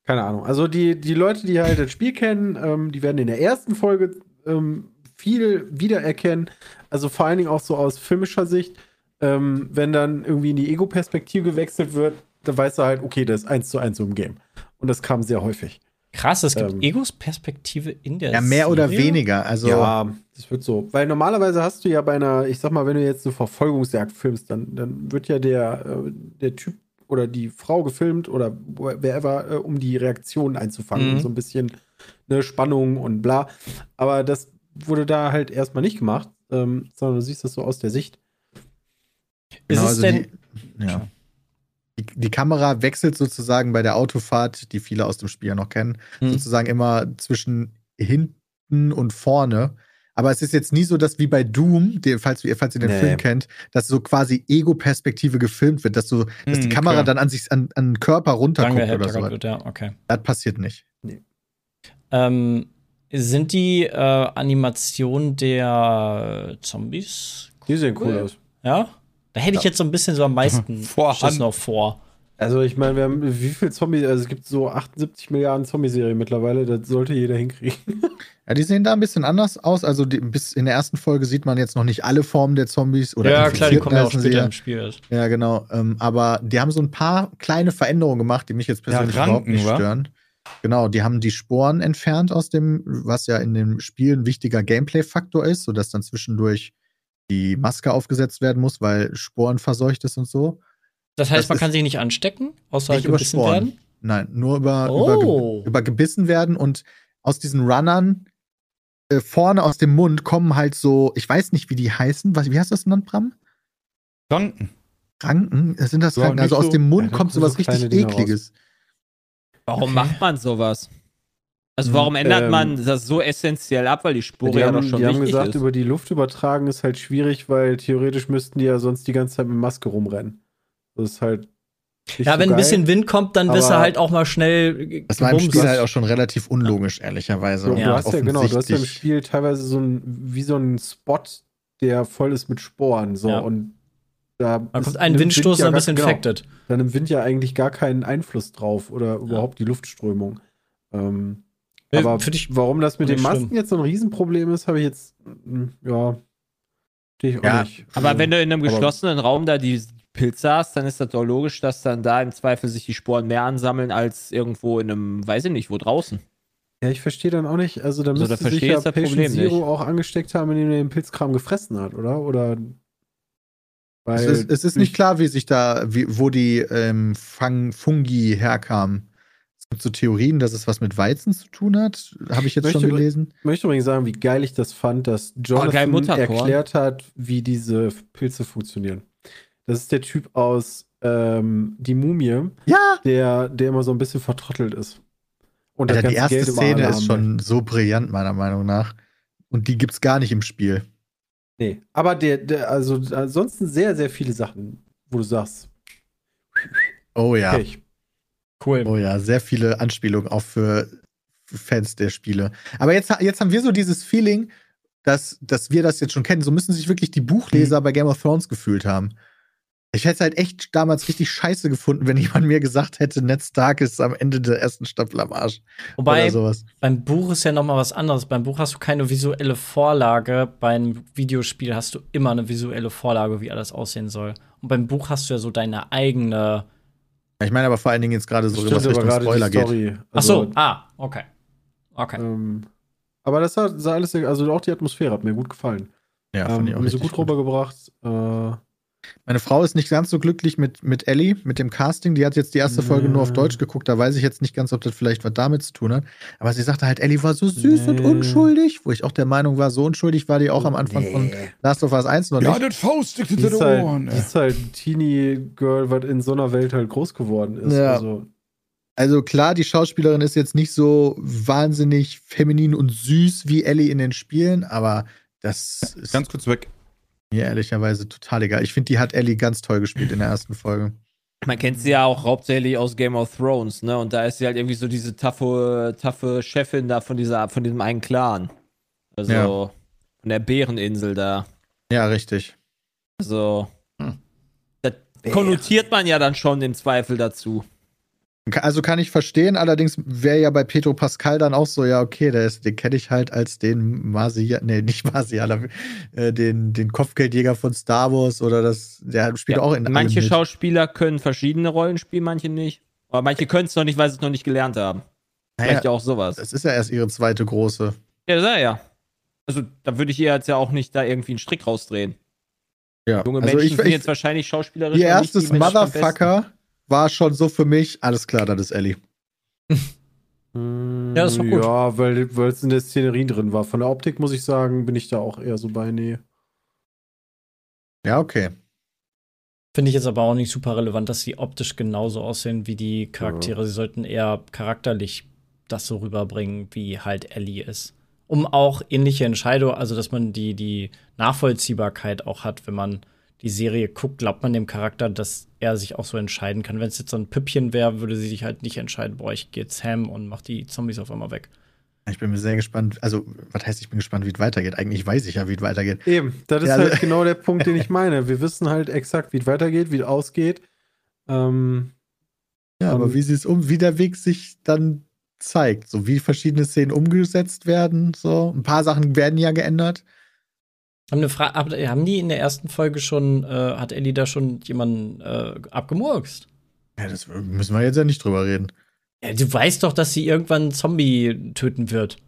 [SPEAKER 7] Keine Ahnung. Also die, die Leute, die halt das Spiel kennen, ähm, die werden in der ersten Folge ähm, viel wiedererkennen. Also vor allen Dingen auch so aus filmischer Sicht. Ähm, wenn dann irgendwie in die Ego-Perspektive gewechselt wird, dann weißt du halt, okay, das ist eins zu eins so im Game. Und das kam sehr häufig.
[SPEAKER 3] Krass, es gibt
[SPEAKER 7] Ähm.
[SPEAKER 3] Egos Perspektive in der
[SPEAKER 6] Ja, mehr oder
[SPEAKER 3] Serie?
[SPEAKER 6] weniger. Also,
[SPEAKER 7] Ja, das wird so. Weil normalerweise hast du ja bei einer, ich sag mal, wenn du jetzt eine Verfolgungsjagd filmst, dann, dann wird ja der, äh, der Typ oder die Frau gefilmt oder wer ever, äh, um die Reaktion einzufangen.
[SPEAKER 3] Mhm.
[SPEAKER 7] Und so ein bisschen ne, Spannung und bla. Aber das wurde da halt erstmal nicht gemacht, ähm, sondern du siehst das so aus der Sicht.
[SPEAKER 3] Ist
[SPEAKER 6] genau,
[SPEAKER 3] es
[SPEAKER 6] also
[SPEAKER 3] denn,
[SPEAKER 6] die, ja. die, die Kamera wechselt sozusagen bei der Autofahrt, die viele aus dem Spiel ja noch kennen,
[SPEAKER 3] Hm.
[SPEAKER 6] sozusagen immer zwischen hinten und vorne. Aber es ist jetzt nie so, dass wie bei Doom, der, falls, ihr- falls ihr den
[SPEAKER 7] Nee.
[SPEAKER 6] Film kennt, dass so quasi Ego-Perspektive gefilmt wird, dass, so, dass die
[SPEAKER 5] Hm,
[SPEAKER 6] Kamera
[SPEAKER 5] klar.
[SPEAKER 6] dann an sich an, an den Körper runterguckt
[SPEAKER 3] Danke,
[SPEAKER 6] oder so.
[SPEAKER 3] wird, ja, okay.
[SPEAKER 6] Das passiert nicht.
[SPEAKER 3] Ähm, sind die äh, Animationen der Zombies?
[SPEAKER 7] Die sehen cool
[SPEAKER 3] Cool.
[SPEAKER 7] aus.
[SPEAKER 3] Ja? Da hätte ich jetzt so ein bisschen so am meisten
[SPEAKER 5] Vorhand.
[SPEAKER 3] Schiss noch vor.
[SPEAKER 7] Also ich meine, wir haben wie viel Zombie, also es gibt so 78 Milliarden Zombie-Serien mittlerweile, das sollte jeder hinkriegen.
[SPEAKER 6] Ja, die sehen da ein bisschen anders aus. Also die, bis in der ersten Folge sieht man jetzt noch nicht alle Formen der Zombies oder
[SPEAKER 3] ja, klar, die
[SPEAKER 6] Infizierten
[SPEAKER 3] kommen ja auch
[SPEAKER 6] heißen sie
[SPEAKER 3] später
[SPEAKER 6] ja.
[SPEAKER 3] im Spiel.
[SPEAKER 6] Ja, genau. Ähm, aber die haben so ein paar kleine Veränderungen gemacht, die mich jetzt persönlich
[SPEAKER 5] Ranken,
[SPEAKER 6] überhaupt nicht
[SPEAKER 5] wa?
[SPEAKER 6] stören. Genau, die haben die Sporen entfernt aus dem, was ja in dem Spiel ein wichtiger Gameplay-Faktor ist, sodass dann zwischendurch die Maske aufgesetzt werden muss, weil Sporen verseucht ist und so.
[SPEAKER 3] Das heißt,
[SPEAKER 6] Das
[SPEAKER 3] man
[SPEAKER 6] ist
[SPEAKER 3] kann sich nicht anstecken, außer
[SPEAKER 6] nicht über
[SPEAKER 3] gebissen
[SPEAKER 6] Sporen.
[SPEAKER 3] werden.
[SPEAKER 6] Nein, nur über,
[SPEAKER 3] Oh.
[SPEAKER 6] über, über gebissen werden und aus diesen Runnern äh, vorne aus dem Mund kommen halt so, ich weiß nicht, wie die heißen. Was, wie heißt das genannt, Bram?
[SPEAKER 5] Danken.
[SPEAKER 6] Ranken? Sind das
[SPEAKER 5] Ja,
[SPEAKER 6] Ranken?
[SPEAKER 5] nicht
[SPEAKER 6] Also aus
[SPEAKER 5] so-
[SPEAKER 6] dem Mund
[SPEAKER 7] Ja, da
[SPEAKER 6] kommt
[SPEAKER 7] kommen
[SPEAKER 6] sowas
[SPEAKER 7] so kleine
[SPEAKER 6] richtig
[SPEAKER 7] Dinger raus.
[SPEAKER 6] ekliges.
[SPEAKER 4] Warum macht man sowas? Also warum ändert
[SPEAKER 7] Ähm,
[SPEAKER 4] man das so essentiell ab, weil die Spore
[SPEAKER 7] die
[SPEAKER 4] ja
[SPEAKER 7] haben,
[SPEAKER 4] doch schon
[SPEAKER 7] die haben
[SPEAKER 4] wichtig
[SPEAKER 7] gesagt,
[SPEAKER 4] ist.
[SPEAKER 7] über die Luft übertragen ist halt schwierig, weil theoretisch müssten die ja sonst die ganze Zeit mit Maske rumrennen. Das ist halt. nicht
[SPEAKER 3] Ja,
[SPEAKER 7] so
[SPEAKER 3] wenn ein
[SPEAKER 7] geil.
[SPEAKER 3] bisschen Wind kommt, dann bist du
[SPEAKER 7] Aber-
[SPEAKER 3] halt auch mal schnell. ge-
[SPEAKER 6] Das war im
[SPEAKER 3] gebumst.
[SPEAKER 6] Spiel halt auch schon relativ unlogisch, ehrlicherweise.
[SPEAKER 7] Du,
[SPEAKER 6] Und
[SPEAKER 7] du hast ja, genau, du hast ja im
[SPEAKER 6] offensichtlich-
[SPEAKER 7] Spiel teilweise so ein, wie so ein Spot, der voll ist mit Sporen. So,
[SPEAKER 3] Ja.
[SPEAKER 7] und da
[SPEAKER 3] Da
[SPEAKER 7] ist-
[SPEAKER 3] kommt ein
[SPEAKER 7] nimmt
[SPEAKER 3] Windstoß
[SPEAKER 7] Wind
[SPEAKER 3] und dann
[SPEAKER 7] ja
[SPEAKER 3] bist du
[SPEAKER 7] gar- genau,
[SPEAKER 3] infected.
[SPEAKER 7] Dann nimmt Wind ja eigentlich gar keinen Einfluss drauf oder überhaupt die Luftströmung. Ähm,
[SPEAKER 3] Äh,
[SPEAKER 7] aber
[SPEAKER 3] find ich-
[SPEAKER 7] warum das mit
[SPEAKER 3] find
[SPEAKER 7] den
[SPEAKER 3] ich schlimm.
[SPEAKER 7] Masken jetzt so ein Riesenproblem ist, habe ich jetzt, mm, ja, verstehe ich auch
[SPEAKER 6] Ja,
[SPEAKER 7] nicht.
[SPEAKER 4] Aber
[SPEAKER 7] Also-
[SPEAKER 4] wenn du in einem
[SPEAKER 7] aber-
[SPEAKER 4] geschlossenen Raum da die Pilze hast, dann ist das doch logisch, dass dann da im Zweifel sich die Sporen mehr ansammeln als irgendwo in einem, weiß ich nicht, wo draußen.
[SPEAKER 7] Ja, ich verstehe dann auch nicht. Also da
[SPEAKER 4] Also, da
[SPEAKER 7] müsste sich
[SPEAKER 4] verstehe
[SPEAKER 7] ja
[SPEAKER 4] ich das
[SPEAKER 7] Patient
[SPEAKER 4] Problem
[SPEAKER 7] Zero
[SPEAKER 4] nicht.
[SPEAKER 7] auch angesteckt haben, indem er den Pilzkram gefressen hat, oder? Oder weil
[SPEAKER 6] Es ist, es ist nicht klar, wie sich da, wie, wo die ähm, Fang Fungi herkamen. Es gibt so Theorien, dass es was mit Weizen zu tun hat. Habe ich jetzt
[SPEAKER 7] Möchte
[SPEAKER 6] schon
[SPEAKER 7] übr-
[SPEAKER 6] gelesen.
[SPEAKER 7] Ich möchte übrigens sagen, wie geil ich das fand, dass
[SPEAKER 4] Oh, geil,
[SPEAKER 7] Jonathan
[SPEAKER 4] Mutterkorn.
[SPEAKER 7] erklärt hat, wie diese Pilze funktionieren. Das ist der Typ aus ähm, Die Mumie,
[SPEAKER 6] Ja!
[SPEAKER 7] der, der immer so ein bisschen vertrottelt ist. Und das
[SPEAKER 6] Alter, die
[SPEAKER 7] ganze
[SPEAKER 6] erste
[SPEAKER 7] Geld immer
[SPEAKER 6] Szene
[SPEAKER 7] alle
[SPEAKER 6] ist
[SPEAKER 7] haben will.
[SPEAKER 6] schon so brillant, meiner Meinung nach. Und die gibt's gar nicht im Spiel.
[SPEAKER 7] Nee. Aber der, der, also ansonsten sehr, sehr viele Sachen, wo du sagst,
[SPEAKER 6] Oh ja.
[SPEAKER 7] Pech.
[SPEAKER 3] Cool.
[SPEAKER 6] Oh ja, sehr viele Anspielungen auch für Fans der Spiele. Aber jetzt, jetzt haben wir so dieses Feeling, dass, dass wir das jetzt schon kennen. So müssen sich wirklich die
[SPEAKER 7] Mhm.
[SPEAKER 6] Buchleser bei Game of Thrones gefühlt haben. Ich hätte es halt echt damals richtig scheiße gefunden, wenn jemand mir gesagt hätte, Ned Stark ist am Ende der ersten Staffel am Arsch.
[SPEAKER 3] Wobei,
[SPEAKER 6] oder sowas.
[SPEAKER 3] beim Buch ist ja noch mal was anderes. Beim Buch hast du keine visuelle Vorlage. Beim Videospiel hast du immer eine visuelle Vorlage, wie alles aussehen soll. Und beim Buch hast du ja so deine eigene
[SPEAKER 6] Ich meine aber vor allen Dingen jetzt gerade so, was
[SPEAKER 7] Stimmt, aber
[SPEAKER 6] Richtung
[SPEAKER 7] gerade die
[SPEAKER 6] Spoiler geht.
[SPEAKER 7] Story.
[SPEAKER 3] Ach
[SPEAKER 7] Also
[SPEAKER 3] so, ah, okay. Okay.
[SPEAKER 7] Ähm, aber das hat, sah alles, also auch die Atmosphäre hat mir gut gefallen.
[SPEAKER 6] Ja,
[SPEAKER 7] ähm,
[SPEAKER 6] fand ich auch
[SPEAKER 7] haben sie
[SPEAKER 6] richtig
[SPEAKER 7] gut
[SPEAKER 6] gut.
[SPEAKER 7] rübergebracht. Äh,
[SPEAKER 6] Meine Frau ist nicht ganz so glücklich mit, mit Ellie, mit dem Casting. Die hat jetzt die erste Folge nur auf
[SPEAKER 7] Nee.
[SPEAKER 6] Deutsch geguckt. Da weiß ich jetzt nicht ganz, ob das vielleicht was damit zu tun hat. Aber sie sagte halt, Ellie war so süß und
[SPEAKER 7] Nee.
[SPEAKER 6] unschuldig. Wo ich auch der Meinung war, so unschuldig war die auch am Anfang von Last of Us 1 noch
[SPEAKER 2] Ja,
[SPEAKER 6] nicht.
[SPEAKER 2] das Faust liegt
[SPEAKER 7] die,
[SPEAKER 2] hinter
[SPEAKER 7] ist
[SPEAKER 2] den
[SPEAKER 7] halt,
[SPEAKER 6] ne?
[SPEAKER 2] Ohren.
[SPEAKER 7] die ist halt ein Teenie-Girl, was in so einer Welt halt groß geworden ist.
[SPEAKER 6] Ja.
[SPEAKER 7] Also,
[SPEAKER 6] Also klar, die Schauspielerin ist jetzt nicht so wahnsinnig feminin und süß wie Ellie in den Spielen, aber das ist
[SPEAKER 2] Ganz kurz weg.
[SPEAKER 6] mir ehrlicherweise total egal. Ich finde, die hat Ellie ganz toll gespielt in der ersten Folge.
[SPEAKER 4] Man kennt sie ja auch hauptsächlich aus Game of Thrones, ne? Und da ist sie halt irgendwie so diese taffe, taffe Chefin da von dieser, von diesem einen Clan. Also
[SPEAKER 6] Ja.
[SPEAKER 4] von der Bäreninsel da.
[SPEAKER 6] Ja, richtig.
[SPEAKER 4] Also.
[SPEAKER 6] Hm.
[SPEAKER 4] Das konnotiert man ja dann schon im Zweifel dazu.
[SPEAKER 6] Ka- Also kann ich verstehen, allerdings wäre ja bei Pedro Pascal dann auch so, ja, okay, der ist, den kenne ich halt als den Marsianer, nee, nicht Marsianer, äh, den, den Kopfgeldjäger von Star Wars oder das, der spielt
[SPEAKER 4] Ja,
[SPEAKER 6] auch in allem
[SPEAKER 4] manche
[SPEAKER 6] mit.
[SPEAKER 4] Schauspieler können verschiedene Rollen spielen, manche nicht. Aber manche können es noch nicht, weil sie es noch nicht gelernt haben. Vielleicht
[SPEAKER 6] Naja,
[SPEAKER 4] auch sowas.
[SPEAKER 6] das ist ja erst ihre zweite große.
[SPEAKER 4] Ja, sei ja. Also, da würde ich ihr jetzt ja auch nicht da irgendwie einen Strick rausdrehen.
[SPEAKER 6] Ja.
[SPEAKER 4] Junge
[SPEAKER 6] also
[SPEAKER 4] Menschen
[SPEAKER 6] ich,
[SPEAKER 4] sind
[SPEAKER 6] ich,
[SPEAKER 4] jetzt wahrscheinlich Schauspielerinnen.
[SPEAKER 6] ihr
[SPEAKER 4] und nicht die
[SPEAKER 6] erstes
[SPEAKER 4] Menschen am besten.
[SPEAKER 6] Motherfucker war schon so für mich, alles klar, das ist Ellie.
[SPEAKER 7] mh,
[SPEAKER 3] Ja, das war gut.
[SPEAKER 7] mm, Ja, weil weil es in der Szenerie drin war. Von der Optik muss ich sagen, bin ich da auch eher so bei, nee.
[SPEAKER 6] Ja, okay.
[SPEAKER 3] Finde ich jetzt aber auch nicht super relevant, dass sie optisch genauso aussehen wie die Charaktere. Sie sollten eher charakterlich das so rüberbringen, wie halt Ellie ist. Um auch ähnliche Entscheidungen, also dass man die, die Nachvollziehbarkeit auch hat, wenn man die Serie guckt, glaubt man dem Charakter, dass er sich auch so entscheiden kann. Wenn es jetzt so ein Püppchen wäre, würde sie sich halt nicht entscheiden, boah, ich gehe jetzt Ham und mach die Zombies auf einmal weg.
[SPEAKER 6] Ich bin mir sehr gespannt. Also, was heißt, ich bin gespannt, wie es weitergeht? Eigentlich weiß ich ja, wie es weitergeht.
[SPEAKER 7] Eben, das ist
[SPEAKER 6] Ja, also-
[SPEAKER 7] halt genau der Punkt, den ich meine. Wir wissen halt exakt, wie es weitergeht, wie es ausgeht. Ähm,
[SPEAKER 6] Ja, aber
[SPEAKER 7] Und-
[SPEAKER 6] wie sie es um, wie der Weg sich dann zeigt, so wie verschiedene Szenen umgesetzt werden, so. Ein paar Sachen werden ja geändert.
[SPEAKER 3] Haben, eine Fra hab- haben die in der ersten Folge schon, äh, hat Ellie da schon jemanden äh, abgemurkst?
[SPEAKER 6] Ja, das müssen wir jetzt ja nicht drüber reden.
[SPEAKER 3] Ja, du weißt doch, dass sie irgendwann einen Zombie töten wird.
[SPEAKER 7] ich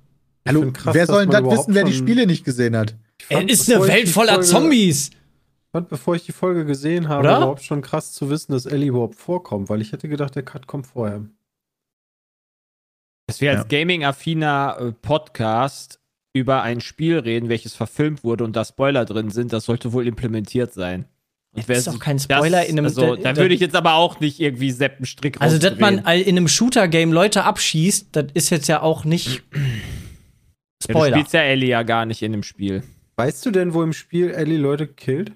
[SPEAKER 6] Hallo,
[SPEAKER 7] find krass,
[SPEAKER 6] wer soll
[SPEAKER 7] dass
[SPEAKER 6] denn
[SPEAKER 7] man
[SPEAKER 6] das wissen,
[SPEAKER 7] überhaupt
[SPEAKER 6] wer die
[SPEAKER 7] schon-
[SPEAKER 6] Spiele nicht gesehen hat?
[SPEAKER 7] Ich
[SPEAKER 3] Er
[SPEAKER 7] fand,
[SPEAKER 3] ist eine
[SPEAKER 7] bevor ich
[SPEAKER 3] Welt
[SPEAKER 7] die
[SPEAKER 3] voller
[SPEAKER 7] Folge-
[SPEAKER 3] Zombies.
[SPEAKER 7] fand, bevor ich die Folge gesehen habe,
[SPEAKER 3] Oder?
[SPEAKER 7] überhaupt schon krass zu wissen, dass Ellie überhaupt vorkommt, weil ich hätte gedacht, der Cut kommt vorher.
[SPEAKER 4] Dass wir als gaming-affiner äh, Podcast über ein Spiel reden, welches verfilmt wurde und da Spoiler drin sind, das sollte wohl implementiert sein. Und
[SPEAKER 3] ist doch kein Spoiler in einem-
[SPEAKER 4] Also,
[SPEAKER 3] da-
[SPEAKER 4] da würde ich jetzt aber auch nicht irgendwie Sepp einen Strick
[SPEAKER 3] Also, dass man
[SPEAKER 4] rausdrehen.
[SPEAKER 3] all- in einem Shooter-Game Leute abschießt, das ist jetzt ja auch nicht
[SPEAKER 4] Ja, du
[SPEAKER 3] Spoiler.
[SPEAKER 4] spielst ja Ellie ja gar nicht in dem Spiel.
[SPEAKER 7] Weißt du denn, wo im Spiel Ellie Leute killt?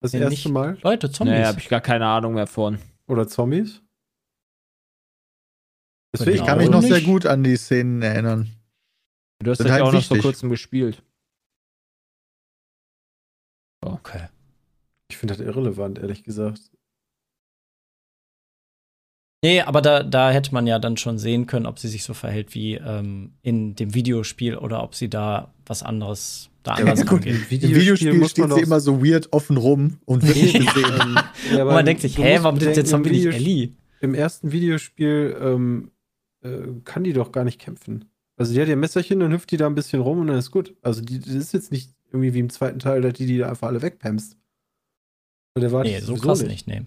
[SPEAKER 7] Das
[SPEAKER 3] Ja,
[SPEAKER 7] erste
[SPEAKER 3] nicht-
[SPEAKER 7] Mal?
[SPEAKER 3] Leute, Zombies.
[SPEAKER 4] Naja, habe ich gar keine Ahnung mehr von.
[SPEAKER 7] Oder Zombies?
[SPEAKER 3] Deswegen
[SPEAKER 7] Genau.
[SPEAKER 6] Ich kann mich noch sehr gut an die Szenen erinnern.
[SPEAKER 4] Du hast
[SPEAKER 6] Sind
[SPEAKER 4] das
[SPEAKER 6] halt
[SPEAKER 4] ja auch noch
[SPEAKER 6] wichtig.
[SPEAKER 4] vor kurzem gespielt.
[SPEAKER 3] okay.
[SPEAKER 7] Ich finde das irrelevant, ehrlich gesagt.
[SPEAKER 3] Nee, aber da, da hätte man ja dann schon sehen können, ob sie sich so verhält wie ähm, in dem Videospiel oder ob sie da was anderes da anders
[SPEAKER 6] gut.
[SPEAKER 3] rangeht.
[SPEAKER 6] Im Videospiel steht sie immer so weird offen rum und wird nicht gesehen.
[SPEAKER 7] Ja,
[SPEAKER 3] Und
[SPEAKER 7] aber
[SPEAKER 3] man denkt sich,
[SPEAKER 7] du
[SPEAKER 3] hä,
[SPEAKER 7] musst
[SPEAKER 3] warum ist
[SPEAKER 7] bedenken,
[SPEAKER 3] der Zombie
[SPEAKER 7] im
[SPEAKER 3] nicht
[SPEAKER 7] Videos-
[SPEAKER 3] Ellie?
[SPEAKER 7] Im ersten Videospiel ähm, äh, kann die doch gar nicht kämpfen. Also die hat ihr Messerchen, dann hüpft die da ein bisschen rum und dann ist gut. Also die, die ist jetzt nicht irgendwie wie im zweiten Teil, dass die die da einfach alle wegpämmst. Der war
[SPEAKER 3] Nee, so krass nicht, nee.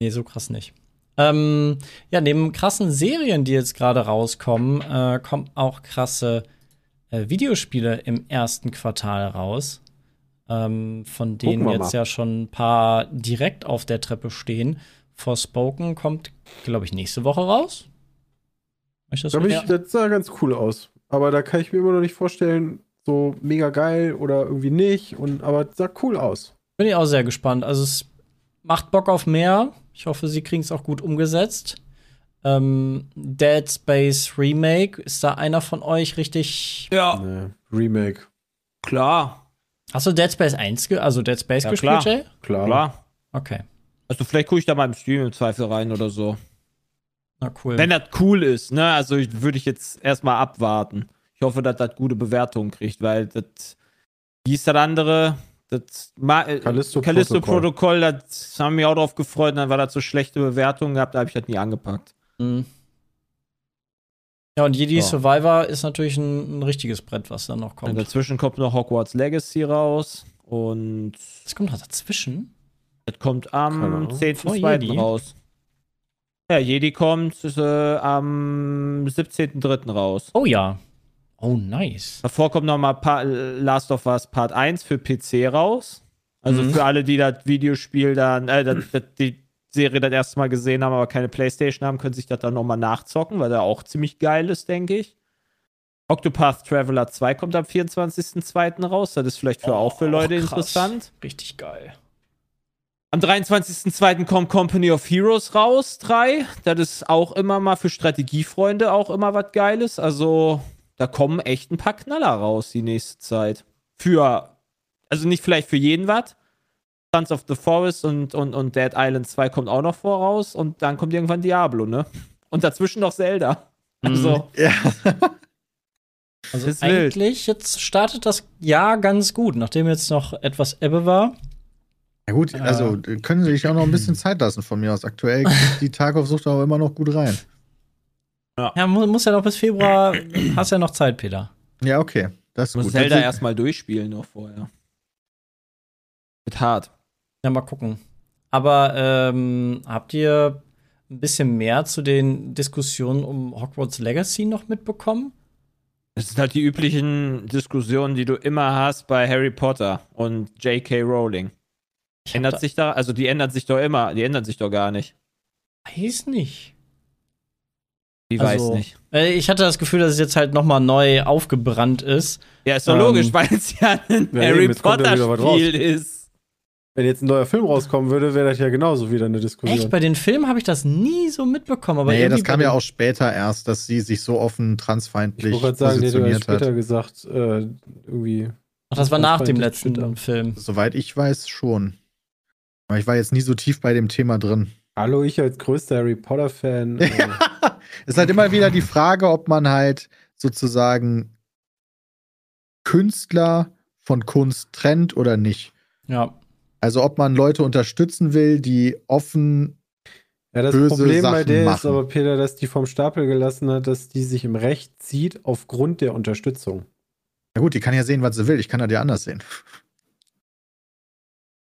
[SPEAKER 3] Nee, so krass nicht. Ähm, ja, neben krassen Serien, die jetzt gerade rauskommen, äh, kommen auch krasse äh, Videospiele im ersten Quartal raus. Ähm, von
[SPEAKER 7] Gucken
[SPEAKER 3] denen
[SPEAKER 7] wir
[SPEAKER 3] jetzt
[SPEAKER 7] mal.
[SPEAKER 3] ja schon ein paar direkt auf der Treppe stehen. Forspoken kommt, glaube ich, nächste Woche raus. Hab Ich das
[SPEAKER 7] Glaub ich,
[SPEAKER 3] richtig-
[SPEAKER 7] Das sah ganz cool aus. Aber da kann ich mir immer noch nicht vorstellen, so mega geil oder irgendwie nicht. Und, aber es sah cool aus.
[SPEAKER 3] Bin ich auch sehr gespannt. Also es macht Bock auf mehr. Ich hoffe, sie kriegen es auch gut umgesetzt. Ähm, Dead Space Remake, ist da einer von euch richtig.
[SPEAKER 4] Ja,
[SPEAKER 7] Nee, Remake,
[SPEAKER 4] klar,
[SPEAKER 3] Hast du Dead Space 1 ge also Dead Space
[SPEAKER 4] Ja,
[SPEAKER 3] gespielt,
[SPEAKER 4] klar.
[SPEAKER 3] Jay?
[SPEAKER 7] klar.
[SPEAKER 4] klar.
[SPEAKER 3] Okay.
[SPEAKER 4] Also vielleicht gucke ich da mal im Stream im Zweifel rein oder so.
[SPEAKER 3] Na cool.
[SPEAKER 4] Wenn das cool ist, ne? Also ich- würde ich jetzt erstmal abwarten. Ich hoffe, dass das gute Bewertungen kriegt, weil das wie ist das andere? Das Ma äh,
[SPEAKER 7] Callisto
[SPEAKER 4] Callisto
[SPEAKER 7] Protocol.
[SPEAKER 4] Protokoll, das haben wir auch drauf gefreut, dann war das so schlechte Bewertungen gehabt, da habe ich das nie angepackt.
[SPEAKER 3] Mhm. Ja, und Jedi
[SPEAKER 4] Ja.
[SPEAKER 3] Survivor ist natürlich ein, ein richtiges Brett, was dann noch
[SPEAKER 4] Und
[SPEAKER 3] kommt.
[SPEAKER 4] dazwischen kommt noch Hogwarts Legacy raus und
[SPEAKER 3] Das kommt noch dazwischen.
[SPEAKER 4] das kommt
[SPEAKER 7] Keine
[SPEAKER 4] am
[SPEAKER 7] Ahnung.
[SPEAKER 3] Vor Oh, Jedi?
[SPEAKER 4] 10.2. raus. Ja, Jedi kommt äh, am 17.3. raus.
[SPEAKER 3] Oh ja. Oh, nice.
[SPEAKER 4] Davor kommt nochmal pa Last of Us Part 1 für PC raus.
[SPEAKER 7] Mhm.
[SPEAKER 4] Also für alle, die das Videospiel dann, äh, das, das, die Serie das erste Mal gesehen haben, aber keine Playstation haben, können sich das dann nochmal nachzocken, weil der auch ziemlich geil ist, denke ich. Octopath Traveler 2 kommt am 24.02. raus. Das ist vielleicht für,
[SPEAKER 3] Oh,
[SPEAKER 4] auch für Leute
[SPEAKER 3] krass.
[SPEAKER 4] interessant.
[SPEAKER 3] Richtig geil.
[SPEAKER 4] Am 23.02. kommt Company of Heroes raus, 3. Das ist auch immer mal für Strategiefreunde auch immer was Geiles. Also, da kommen echt ein paar Knaller raus die nächste Zeit. Für, also nicht vielleicht für jeden was. Sons of the Forest und, und, und Dead Island 2 kommt auch noch voraus. Und dann kommt irgendwann Diablo, ne? Und dazwischen noch Zelda. Also,
[SPEAKER 3] Also
[SPEAKER 4] Ist wild.
[SPEAKER 3] eigentlich, jetzt startet das Jahr ganz gut, nachdem jetzt noch etwas Ebbe war.
[SPEAKER 6] Ja gut, also können Sie sich auch noch ein bisschen Zeit lassen von mir aus. Aktuell kriegt die Tag auf Sucht aber immer noch gut rein.
[SPEAKER 3] Ja, mu muss ja noch bis Februar, hast ja noch Zeit, Peter.
[SPEAKER 6] Ja, okay. Das ist
[SPEAKER 4] muss
[SPEAKER 6] gut.
[SPEAKER 4] Zelda
[SPEAKER 6] Dann-
[SPEAKER 4] erstmal durchspielen noch vorher. Wird hart.
[SPEAKER 3] Ja, mal gucken. Aber ähm, habt ihr ein bisschen mehr zu den Diskussionen um Hogwarts Legacy noch mitbekommen?
[SPEAKER 4] Es sind halt die üblichen Diskussionen, die du immer hast bei Harry Potter und J.K. Rowling.
[SPEAKER 3] Ich hab
[SPEAKER 4] Ändert
[SPEAKER 3] da-
[SPEAKER 4] sich da, also die ändert sich doch immer, die ändert sich doch gar nicht.
[SPEAKER 3] Weiß nicht.
[SPEAKER 4] Die
[SPEAKER 3] Also-
[SPEAKER 4] weiß nicht.
[SPEAKER 3] Äh, Ich hatte das Gefühl, dass es jetzt halt noch mal neu aufgebrannt ist.
[SPEAKER 4] Ja, ist doch
[SPEAKER 3] Ähm,
[SPEAKER 4] logisch, weil es ja ein
[SPEAKER 7] Ja,
[SPEAKER 4] Harry
[SPEAKER 7] eben, jetzt kommt ja wieder was raus.
[SPEAKER 4] Potter-Spiel ist.
[SPEAKER 7] Wenn jetzt ein neuer Film rauskommen würde, wäre das ja genauso wieder eine Diskussion.
[SPEAKER 3] Echt, bei den Filmen habe ich das nie so mitbekommen. Aber
[SPEAKER 6] nee,
[SPEAKER 3] irgendwie
[SPEAKER 6] das kam
[SPEAKER 3] bei
[SPEAKER 6] ja
[SPEAKER 3] den-
[SPEAKER 6] auch später erst, dass sie sich so offen transfeindlich
[SPEAKER 7] ich wollte gerade sagen, der hat ja
[SPEAKER 6] positioniert
[SPEAKER 7] später
[SPEAKER 6] hat.
[SPEAKER 7] gesagt, äh, irgendwie.
[SPEAKER 3] Ach, das war nach
[SPEAKER 7] Das
[SPEAKER 3] dem
[SPEAKER 7] war
[SPEAKER 3] letzten
[SPEAKER 7] Twitter.
[SPEAKER 3] Film.
[SPEAKER 6] Soweit ich weiß, schon. Aber ich war jetzt nie so tief bei dem Thema drin.
[SPEAKER 7] Hallo, ich als größter Harry Potter-Fan. äh,
[SPEAKER 6] ist halt immer wieder die Frage, ob man halt sozusagen Künstler von Kunst trennt oder nicht.
[SPEAKER 3] Ja.
[SPEAKER 6] Also ob man Leute unterstützen will, die offen
[SPEAKER 7] Ja, das
[SPEAKER 6] böse
[SPEAKER 7] Problem bei
[SPEAKER 6] Sachen
[SPEAKER 7] der ist
[SPEAKER 6] machen.
[SPEAKER 7] aber, Peter, dass die vom Stapel gelassen hat, dass die sich im Recht zieht aufgrund der Unterstützung.
[SPEAKER 6] Na gut, die kann ja sehen, was sie will. Ich kann das ja anders sehen.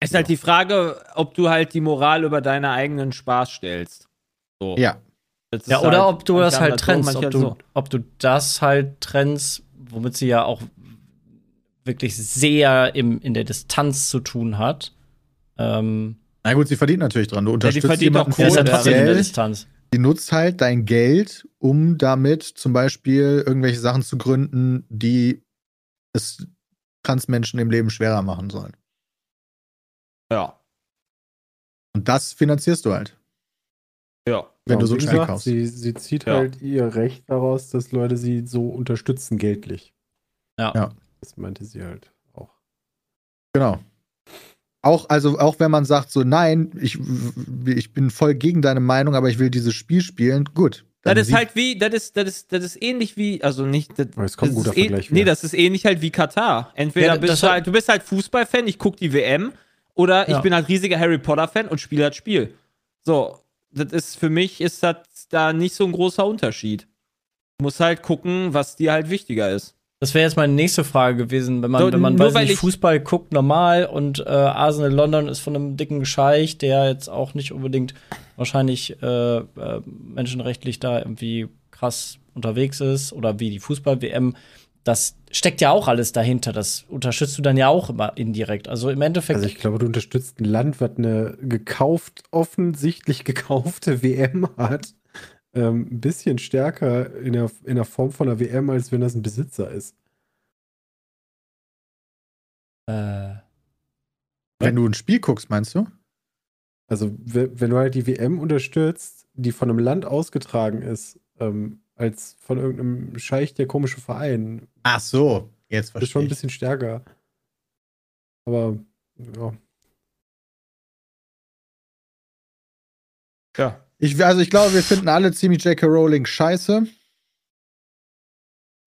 [SPEAKER 4] Es ist halt die Frage, ob du halt die Moral über deine eigenen Spaß stellst. So.
[SPEAKER 6] Ja.
[SPEAKER 4] Das ist
[SPEAKER 3] Ja, oder
[SPEAKER 4] halt-
[SPEAKER 3] ob du
[SPEAKER 4] manche
[SPEAKER 3] das
[SPEAKER 4] haben
[SPEAKER 3] halt
[SPEAKER 4] so,
[SPEAKER 3] trennst.
[SPEAKER 4] manche
[SPEAKER 3] Ob
[SPEAKER 4] haben
[SPEAKER 3] du,
[SPEAKER 4] so.
[SPEAKER 3] ob du das halt trennst, womit sie ja auch wirklich sehr im, in der Distanz zu tun hat. Ähm,
[SPEAKER 6] Na gut, sie verdient natürlich dran. Du
[SPEAKER 4] die
[SPEAKER 6] unterstützt
[SPEAKER 4] verdient
[SPEAKER 6] jemanden
[SPEAKER 4] auch
[SPEAKER 3] der
[SPEAKER 4] Kohle
[SPEAKER 3] ist ja
[SPEAKER 4] daran.
[SPEAKER 3] trotzdem in der
[SPEAKER 6] finanziell.
[SPEAKER 3] Distanz.
[SPEAKER 6] Die nutzt halt dein Geld, um damit zum Beispiel irgendwelche Sachen zu gründen, die es Transmenschen im Leben schwerer machen sollen.
[SPEAKER 4] Ja,
[SPEAKER 6] Und das finanzierst du halt,
[SPEAKER 4] ja.
[SPEAKER 6] wenn
[SPEAKER 7] Ja,
[SPEAKER 6] du so
[SPEAKER 7] Genau, wie
[SPEAKER 6] ein Spiel
[SPEAKER 7] gesagt,
[SPEAKER 6] kaufst.
[SPEAKER 7] Sie, sie zieht
[SPEAKER 4] Ja.
[SPEAKER 7] halt ihr Recht daraus, dass Leute sie so unterstützen geltlich.
[SPEAKER 3] Ja.
[SPEAKER 6] Ja.
[SPEAKER 7] Das meinte sie halt auch.
[SPEAKER 6] Genau. Auch, also, auch wenn man sagt, so, nein, ich, ich bin voll gegen deine Meinung, aber ich will dieses Spiel spielen, gut.
[SPEAKER 4] Das
[SPEAKER 6] dann
[SPEAKER 4] ist
[SPEAKER 6] sieht-
[SPEAKER 4] halt wie, das ist, das ist, das ist ähnlich wie, also nicht. Das,
[SPEAKER 7] Aber es kommt ein
[SPEAKER 4] das ist
[SPEAKER 7] guter
[SPEAKER 4] eh-
[SPEAKER 7] Vergleich
[SPEAKER 4] Nee,
[SPEAKER 7] wieder.
[SPEAKER 4] das ist ähnlich halt wie Katar. Entweder
[SPEAKER 3] Ja, das
[SPEAKER 4] bist du
[SPEAKER 3] hat-
[SPEAKER 4] halt, du bist halt Fußballfan, ich guck die WM, oder
[SPEAKER 3] Ja.
[SPEAKER 4] ich bin halt riesiger Harry Potter-Fan und spiele das Spiel. So, das ist für mich ist das da nicht so ein großer Unterschied. Du musst halt gucken, was dir halt wichtiger ist.
[SPEAKER 3] Das wäre jetzt meine nächste Frage gewesen, wenn man,
[SPEAKER 4] So,
[SPEAKER 3] wenn man
[SPEAKER 4] nur
[SPEAKER 3] weiß
[SPEAKER 4] weil
[SPEAKER 3] nicht,
[SPEAKER 4] ich-
[SPEAKER 3] Fußball guckt normal und äh, Arsenal London ist von einem dicken Scheich, der jetzt auch nicht unbedingt wahrscheinlich äh, äh, menschenrechtlich da irgendwie krass unterwegs ist oder wie die Fußball-WM. Das steckt ja auch alles dahinter. Das unterstützt du dann ja auch immer indirekt. Also im Endeffekt,
[SPEAKER 7] Also ich glaube, du unterstützt ein Land, was eine gekauft, offensichtlich gekaufte WM hat. Ähm, ein bisschen stärker in der, in der Form von einer WM, als wenn das ein Besitzer ist.
[SPEAKER 3] äh,
[SPEAKER 6] Wenn du ein Spiel guckst, meinst du?
[SPEAKER 7] Also, we- wenn du halt die WM unterstützt, die von einem Land ausgetragen ist, ähm, als von irgendeinem Scheich der komische Verein,
[SPEAKER 6] Ach so, jetzt
[SPEAKER 7] ist schon ein bisschen stärker. Aber, ja.
[SPEAKER 6] Ich, also ich glaube, wir finden alle ziemlich J.K. Rowling scheiße.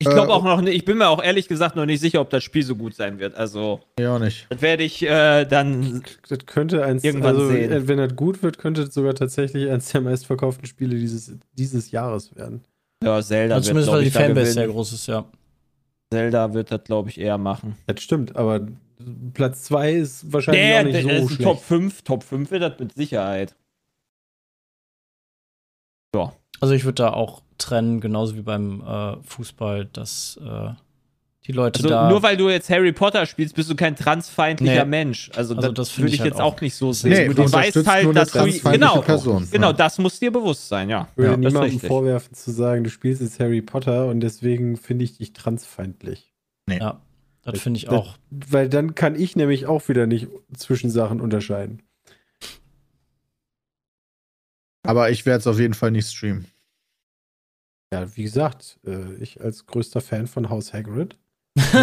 [SPEAKER 4] Ich
[SPEAKER 7] Äh,
[SPEAKER 4] glaube auch noch nicht, ich bin mir auch ehrlich gesagt noch nicht sicher, ob das Spiel so gut sein wird. Also,
[SPEAKER 6] Ja, auch nicht.
[SPEAKER 4] das werde ich äh, dann.
[SPEAKER 7] Das könnte eins,
[SPEAKER 4] Irgendwann
[SPEAKER 7] also,
[SPEAKER 4] sehen.
[SPEAKER 7] äh, wenn das gut wird, könnte es sogar tatsächlich eins der meistverkauften Spiele dieses, dieses Jahres werden.
[SPEAKER 4] Ja, Zelda wird,
[SPEAKER 3] also Zumindest
[SPEAKER 4] glaub
[SPEAKER 3] weil die
[SPEAKER 4] ich, da
[SPEAKER 3] Fanbase sehr
[SPEAKER 4] gewinnen.
[SPEAKER 3] groß ist, ja.
[SPEAKER 4] Zelda wird das, glaube ich, eher machen.
[SPEAKER 7] Das stimmt, aber Platz 2 ist wahrscheinlich auch nicht
[SPEAKER 4] das
[SPEAKER 7] so
[SPEAKER 4] ist ein
[SPEAKER 7] schlecht.
[SPEAKER 4] Top 5. Top 5 wird das mit Sicherheit. Ja.
[SPEAKER 3] Also ich würde da auch trennen, genauso wie beim äh, Fußball, dass äh, die Leute
[SPEAKER 4] Also,
[SPEAKER 3] da.
[SPEAKER 4] nur weil du jetzt Harry Potter spielst, bist du kein transfeindlicher
[SPEAKER 3] Nee.
[SPEAKER 4] Mensch. Also,
[SPEAKER 3] Also, das
[SPEAKER 4] das
[SPEAKER 3] find
[SPEAKER 4] würde
[SPEAKER 3] ich
[SPEAKER 4] ich
[SPEAKER 3] halt
[SPEAKER 4] jetzt auch nicht so sehen.
[SPEAKER 6] Nee,
[SPEAKER 4] du weißt
[SPEAKER 6] unterstützt nur
[SPEAKER 4] halt,
[SPEAKER 6] eine
[SPEAKER 4] dass du.
[SPEAKER 6] transfeindliche
[SPEAKER 4] Genau,
[SPEAKER 6] Person.
[SPEAKER 4] genau, das muss dir bewusst sein, ja.
[SPEAKER 7] Ich würde
[SPEAKER 4] ja das ist
[SPEAKER 7] niemandem
[SPEAKER 4] richtig.
[SPEAKER 7] vorwerfen zu sagen, du spielst jetzt Harry Potter und deswegen finde ich dich transfeindlich.
[SPEAKER 3] ja,
[SPEAKER 4] Äh,
[SPEAKER 3] das finde ich
[SPEAKER 7] Das-
[SPEAKER 3] auch.
[SPEAKER 7] Weil dann kann ich nämlich auch wieder nicht zwischen Sachen unterscheiden.
[SPEAKER 6] Aber ich werde es auf jeden Fall nicht streamen.
[SPEAKER 7] Ja, wie gesagt, äh, ich als größter Fan von House Hagrid.
[SPEAKER 4] Nicht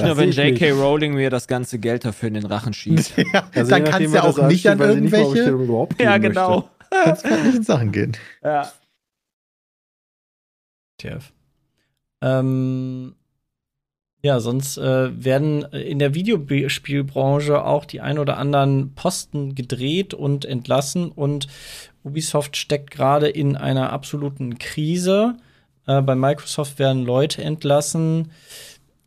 [SPEAKER 4] nur,
[SPEAKER 7] Das
[SPEAKER 4] wenn
[SPEAKER 7] sehe ich
[SPEAKER 4] J.K. Rowling mir das kannst du Geld dafür in den Rachen schießt.
[SPEAKER 6] ja,
[SPEAKER 7] Also
[SPEAKER 6] dann kannst
[SPEAKER 7] je nachdem,
[SPEAKER 6] du ja
[SPEAKER 7] wer
[SPEAKER 6] auch
[SPEAKER 7] das
[SPEAKER 6] nicht an
[SPEAKER 7] ansteht, weiß ich nicht, ob ich
[SPEAKER 6] irgendwelche
[SPEAKER 7] dem überhaupt
[SPEAKER 4] ja,
[SPEAKER 7] geben möchte.
[SPEAKER 4] genau.
[SPEAKER 6] transfeindlichen Sachen gehen.
[SPEAKER 4] Ja.
[SPEAKER 3] TF. Ähm, ja, sonst äh, werden in der Videospielbranche auch die ein oder anderen Posten gedreht und entlassen und Ubisoft steckt gerade in einer absoluten Krise. Äh, bei Microsoft werden Leute entlassen.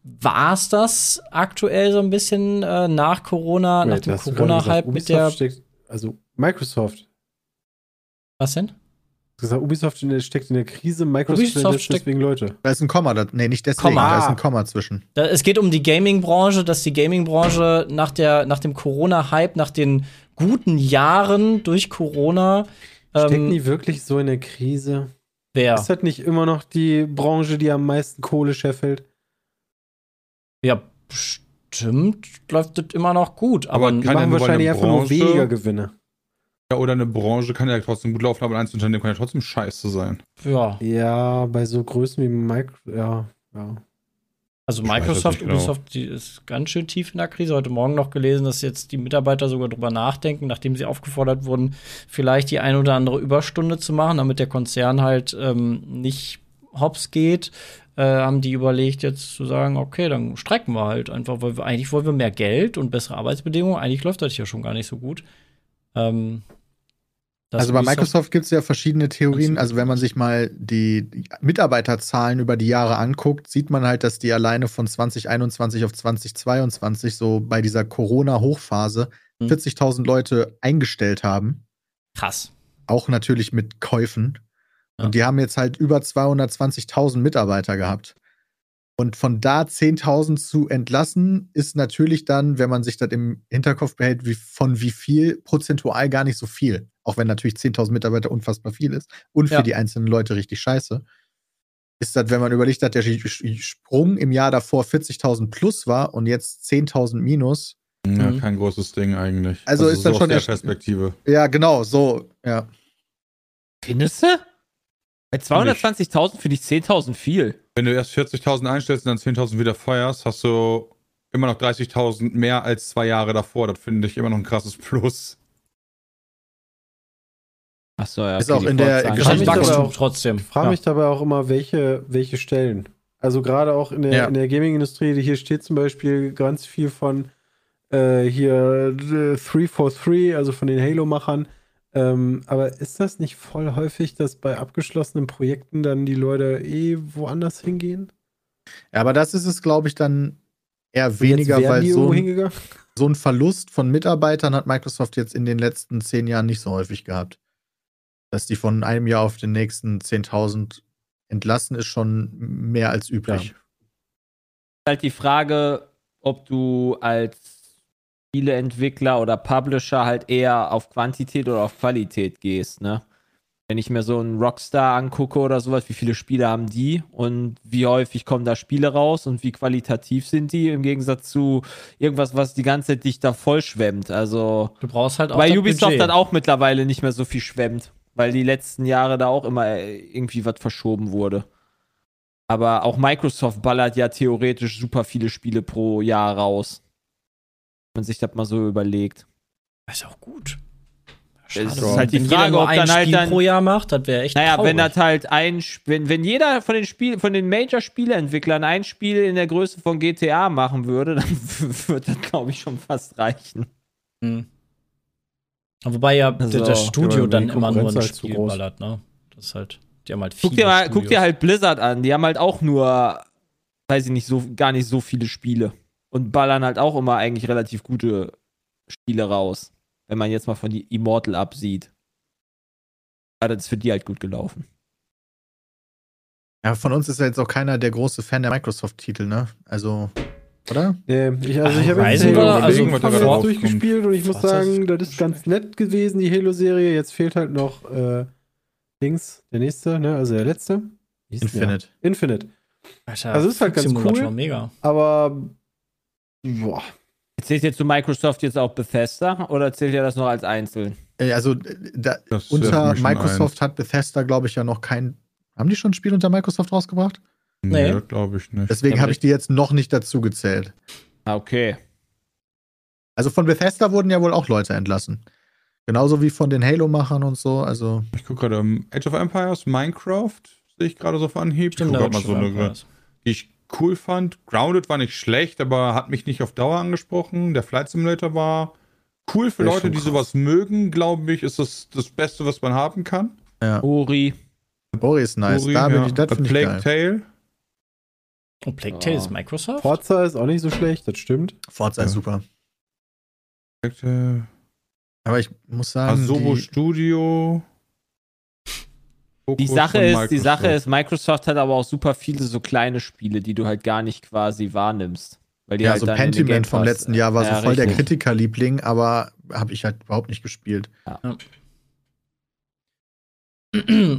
[SPEAKER 3] War es das aktuell so ein bisschen äh, nach Corona, nach
[SPEAKER 7] Wait,
[SPEAKER 3] dem
[SPEAKER 7] hast du gerade gesagt,
[SPEAKER 3] Corona-Hype mit der.
[SPEAKER 7] Ubisoft Steckt, also Microsoft.
[SPEAKER 3] Was denn?
[SPEAKER 7] Du hast Gesagt, Ubisoft in der- steckt in der Krise, Microsoft
[SPEAKER 3] Ubisoft
[SPEAKER 7] entlässt
[SPEAKER 3] steckt-
[SPEAKER 7] deswegen Leute.
[SPEAKER 6] Da ist ein Komma, da, nee, nicht deswegen,
[SPEAKER 3] Komma.
[SPEAKER 6] da ist ein Komma zwischen.
[SPEAKER 3] Da, es geht um die Gaming-Branche, dass die Gaming-Branche nach, der, nach dem Corona-Hype, nach den guten Jahren durch Corona.
[SPEAKER 7] Stecken
[SPEAKER 3] Ähm,
[SPEAKER 7] die wirklich so in der Krise?
[SPEAKER 3] wer?
[SPEAKER 7] Ist das nicht immer noch die Branche, die am meisten Kohle scheffelt?
[SPEAKER 3] Ja, bestimmt läuft das immer noch gut, aber,
[SPEAKER 2] Aber
[SPEAKER 7] Die
[SPEAKER 2] Kann ja
[SPEAKER 7] machen
[SPEAKER 2] nur bei
[SPEAKER 7] wahrscheinlich
[SPEAKER 2] einer
[SPEAKER 7] einfach nur
[SPEAKER 2] Branche-
[SPEAKER 7] weniger Gewinne.
[SPEAKER 2] Ja, oder eine Branche kann ja trotzdem gut laufen, aber ein Einzelunternehmen kann ja trotzdem scheiße sein.
[SPEAKER 3] ja.
[SPEAKER 7] Ja, bei so Größen wie Microsoft, ja, ja.
[SPEAKER 3] Also
[SPEAKER 2] Ich weiß es
[SPEAKER 3] Microsoft,
[SPEAKER 2] nicht genau.
[SPEAKER 3] Ubisoft, die ist ganz schön tief in der Krise. Heute Morgen noch gelesen, dass jetzt die Mitarbeiter sogar drüber nachdenken, nachdem sie aufgefordert wurden, vielleicht die ein oder andere Überstunde zu machen, damit der Konzern halt ähm, nicht hops geht, äh, haben die überlegt, jetzt zu sagen, okay, dann strecken wir halt einfach, weil wir, eigentlich wollen wir mehr Geld und bessere Arbeitsbedingungen. Eigentlich läuft das ja schon gar nicht so gut. Ähm, dass
[SPEAKER 6] Also bei
[SPEAKER 3] Ubisoft-
[SPEAKER 6] Microsoft gibt es ja verschiedene Theorien.
[SPEAKER 3] Absolut.
[SPEAKER 6] Also wenn man sich mal die die Mitarbeiterzahlen über die Jahre anguckt, sieht man halt, dass die alleine von 2021 auf 2022 so bei dieser Corona-Hochphase
[SPEAKER 3] Mhm.
[SPEAKER 6] 40.000 Leute eingestellt haben.
[SPEAKER 3] krass.
[SPEAKER 6] Auch natürlich mit Käufen.
[SPEAKER 3] Ja.
[SPEAKER 6] Und die haben jetzt halt über 220.000 Mitarbeiter gehabt. Und von da 10.000 zu entlassen, ist natürlich dann, wenn man sich das im Hinterkopf behält, wie, von wie viel prozentual gar nicht so viel. Auch wenn natürlich 10.000 Mitarbeiter unfassbar viel ist und für
[SPEAKER 3] Ja.
[SPEAKER 6] die einzelnen Leute richtig scheiße. Ist das, wenn man überlegt hat, der Sch- Sch- Sprung im Jahr davor 40.000 plus war und jetzt 10.000 minus.
[SPEAKER 2] Ja,
[SPEAKER 3] Mhm.
[SPEAKER 2] kein großes Ding eigentlich.
[SPEAKER 6] Also ist dann
[SPEAKER 2] so
[SPEAKER 6] schon
[SPEAKER 2] aus der
[SPEAKER 6] echt-
[SPEAKER 2] Perspektive.
[SPEAKER 6] Ja, genau, so, ja.
[SPEAKER 4] Findest du? Bei 220.000 finde ich 10.000 viel.
[SPEAKER 2] Wenn du erst 40.000 einstellst und dann 10.000 wieder feuerst, hast du immer noch 30.000 mehr als zwei Jahre davor. Das finde ich immer noch ein krasses Plus.
[SPEAKER 4] Achso, ja.
[SPEAKER 6] Ist auch in der
[SPEAKER 4] Vorzahlen.
[SPEAKER 6] Geschichte-
[SPEAKER 3] Halt
[SPEAKER 7] mich aber
[SPEAKER 3] Wachstum
[SPEAKER 7] auch-
[SPEAKER 3] trotzdem.
[SPEAKER 7] Ich frage
[SPEAKER 3] Ja.
[SPEAKER 7] mich dabei auch immer, welche, welche Stellen. Also gerade auch in der,
[SPEAKER 6] Ja.
[SPEAKER 7] in der Gaming-Industrie, die hier steht zum Beispiel ganz viel von äh, hier äh, 343, also von den Halo-Machern. Ähm, aber ist das nicht voll häufig, dass bei abgeschlossenen Projekten dann die Leute eh woanders hingehen?
[SPEAKER 6] Ja, Aber das ist es, glaube ich, dann eher
[SPEAKER 7] Und jetzt
[SPEAKER 6] weniger,
[SPEAKER 7] werden
[SPEAKER 6] weil
[SPEAKER 7] die
[SPEAKER 6] so
[SPEAKER 7] irgendwo
[SPEAKER 6] ein
[SPEAKER 7] hingegangen?
[SPEAKER 6] so einen Verlust von Mitarbeitern hat Microsoft jetzt in den letzten zehn Jahren nicht so häufig gehabt. Dass die von einem Jahr auf den nächsten 10.000 entlassen, ist schon mehr als üblich.
[SPEAKER 4] halt die Frage, ob du als Spieleentwickler oder Publisher halt eher auf Quantität oder auf Qualität gehst, ne? Wenn ich mir so einen Rockstar angucke oder sowas, wie viele Spiele haben die und wie häufig kommen da Spiele raus und wie qualitativ sind die im Gegensatz zu irgendwas, was die ganze Zeit dich da voll schwemmt. Also
[SPEAKER 3] Du brauchst halt auch
[SPEAKER 4] Weil
[SPEAKER 3] das
[SPEAKER 4] Ubisoft
[SPEAKER 3] Budget.
[SPEAKER 4] dann auch mittlerweile nicht mehr so viel schwemmt, weil die letzten Jahre da auch immer äh, irgendwie was verschoben wurde. Aber auch Microsoft ballert ja theoretisch super viele Spiele pro Jahr raus. Wenn man sich das mal so überlegt.
[SPEAKER 3] Ist auch gut.
[SPEAKER 4] Es
[SPEAKER 3] Schade,
[SPEAKER 4] ist halt die
[SPEAKER 3] wenn jeder
[SPEAKER 4] Frage,
[SPEAKER 3] nur
[SPEAKER 4] ob
[SPEAKER 3] ein
[SPEAKER 4] dann halt
[SPEAKER 3] Spiel
[SPEAKER 4] dann.
[SPEAKER 3] pro Jahr macht, das wäre echt
[SPEAKER 4] Naja,
[SPEAKER 3] traurig.
[SPEAKER 4] wenn das halt ein, Sp- wenn, wenn jeder von den Spiel, von den Major-Spieleentwicklern ein Spiel in der Größe von GTA machen würde, dann würde das, glaube ich, schon fast reichen.
[SPEAKER 3] Mhm. Wobei ja d-
[SPEAKER 4] Also,
[SPEAKER 3] das Studio
[SPEAKER 7] ja,
[SPEAKER 3] dann
[SPEAKER 7] die
[SPEAKER 3] immer nur ein
[SPEAKER 7] Konkurrenz halt zu
[SPEAKER 3] Spiel
[SPEAKER 7] groß.
[SPEAKER 3] ballert, ne? Das ist halt, die haben halt viele
[SPEAKER 4] Guck dir, mal, guck
[SPEAKER 3] Studios.
[SPEAKER 4] dir halt Blizzard an. Die haben halt auch nur, weiß ich nicht, so, gar nicht so viele Spiele. Und ballern halt auch immer eigentlich relativ gute Spiele raus. Wenn man jetzt mal von die Immortal absieht. Aber das ist für die halt gut gelaufen.
[SPEAKER 6] Ja, von uns ist ja jetzt auch keiner der große Fan der Microsoft-Titel, ne? Also, oder?
[SPEAKER 7] Nee, ich, also ich habe
[SPEAKER 3] Ach,
[SPEAKER 7] jetzt
[SPEAKER 3] Horizon war- also
[SPEAKER 7] Halo
[SPEAKER 3] vor-
[SPEAKER 7] also durchgespielt und ich muss
[SPEAKER 3] Forza ist
[SPEAKER 7] sagen, das ist
[SPEAKER 3] schon
[SPEAKER 7] ganz nett gewesen, die Halo-Serie. Jetzt fehlt halt noch äh, Dings, der nächste, ne? Also der letzte. Wie hieß denn der?
[SPEAKER 6] Infinite.
[SPEAKER 7] Infinite.
[SPEAKER 3] Alter,
[SPEAKER 7] Also ist halt ganz
[SPEAKER 3] Flugsimulator ne?
[SPEAKER 7] cool.
[SPEAKER 3] mega.
[SPEAKER 7] Aber boah.
[SPEAKER 4] Zählt jetzt zu Microsoft jetzt auch Bethesda oder zählt ihr das noch als einzeln?
[SPEAKER 6] Äh, Also, äh, da,
[SPEAKER 2] Das
[SPEAKER 6] unter
[SPEAKER 2] werfen wir schon
[SPEAKER 6] Microsoft hat Bethesda, glaube ich, ja noch kein. Haben die schon ein Spiel unter Microsoft rausgebracht?
[SPEAKER 2] ein.
[SPEAKER 3] Nee.
[SPEAKER 2] Nee, glaube ich nicht.
[SPEAKER 6] Deswegen
[SPEAKER 4] Ja,
[SPEAKER 6] habe ich die jetzt noch nicht dazu gezählt.
[SPEAKER 4] Ah, Okay.
[SPEAKER 6] Also von Bethesda wurden ja wohl auch Leute entlassen. Genauso wie von den Halo-Machern und so. Also,
[SPEAKER 2] Ich gucke gerade um, Age of Empires, Minecraft, sehe ich gerade so auf Anhieb.
[SPEAKER 3] Stimmt,
[SPEAKER 2] ich
[SPEAKER 3] da
[SPEAKER 2] guck grad
[SPEAKER 3] wird
[SPEAKER 2] mal so
[SPEAKER 3] schon
[SPEAKER 2] eine,
[SPEAKER 3] was.
[SPEAKER 2] die ich cool fand. Grounded war nicht schlecht, aber hat mich nicht auf Dauer angesprochen. Der Flight Simulator war cool für
[SPEAKER 7] Der ist
[SPEAKER 2] Leute,
[SPEAKER 7] schon
[SPEAKER 2] die
[SPEAKER 7] krass.
[SPEAKER 2] sowas mögen, glaube ich, ist das das Beste, was man haben kann.
[SPEAKER 4] Uri.
[SPEAKER 6] Ori ist nice.
[SPEAKER 2] Uri,
[SPEAKER 6] da bin ich, das
[SPEAKER 2] A
[SPEAKER 6] finde ich
[SPEAKER 2] Plague
[SPEAKER 6] geil.
[SPEAKER 2] Tale.
[SPEAKER 3] Und Plague Tale ist Microsoft?
[SPEAKER 7] Forza ist auch nicht so schlecht, das stimmt.
[SPEAKER 6] Forza ist super.
[SPEAKER 2] Plague Tale.
[SPEAKER 6] Aber ich muss sagen,
[SPEAKER 2] Asobo
[SPEAKER 6] die,
[SPEAKER 2] Studio.
[SPEAKER 4] Die
[SPEAKER 2] Fokus
[SPEAKER 4] Sache
[SPEAKER 2] von
[SPEAKER 4] ist, die Sache
[SPEAKER 2] Microsoft.
[SPEAKER 4] ist, Microsoft hat aber auch super viele so kleine Spiele, die du halt gar nicht quasi wahrnimmst. Weil die
[SPEAKER 6] ja,
[SPEAKER 4] halt
[SPEAKER 6] so
[SPEAKER 4] dann in den Game
[SPEAKER 6] Pentiment vom
[SPEAKER 4] Pass-
[SPEAKER 6] letzten Jahr war
[SPEAKER 4] Ja,
[SPEAKER 6] so voll der
[SPEAKER 4] richtig.
[SPEAKER 6] Kritikerliebling, aber habe ich halt überhaupt nicht gespielt.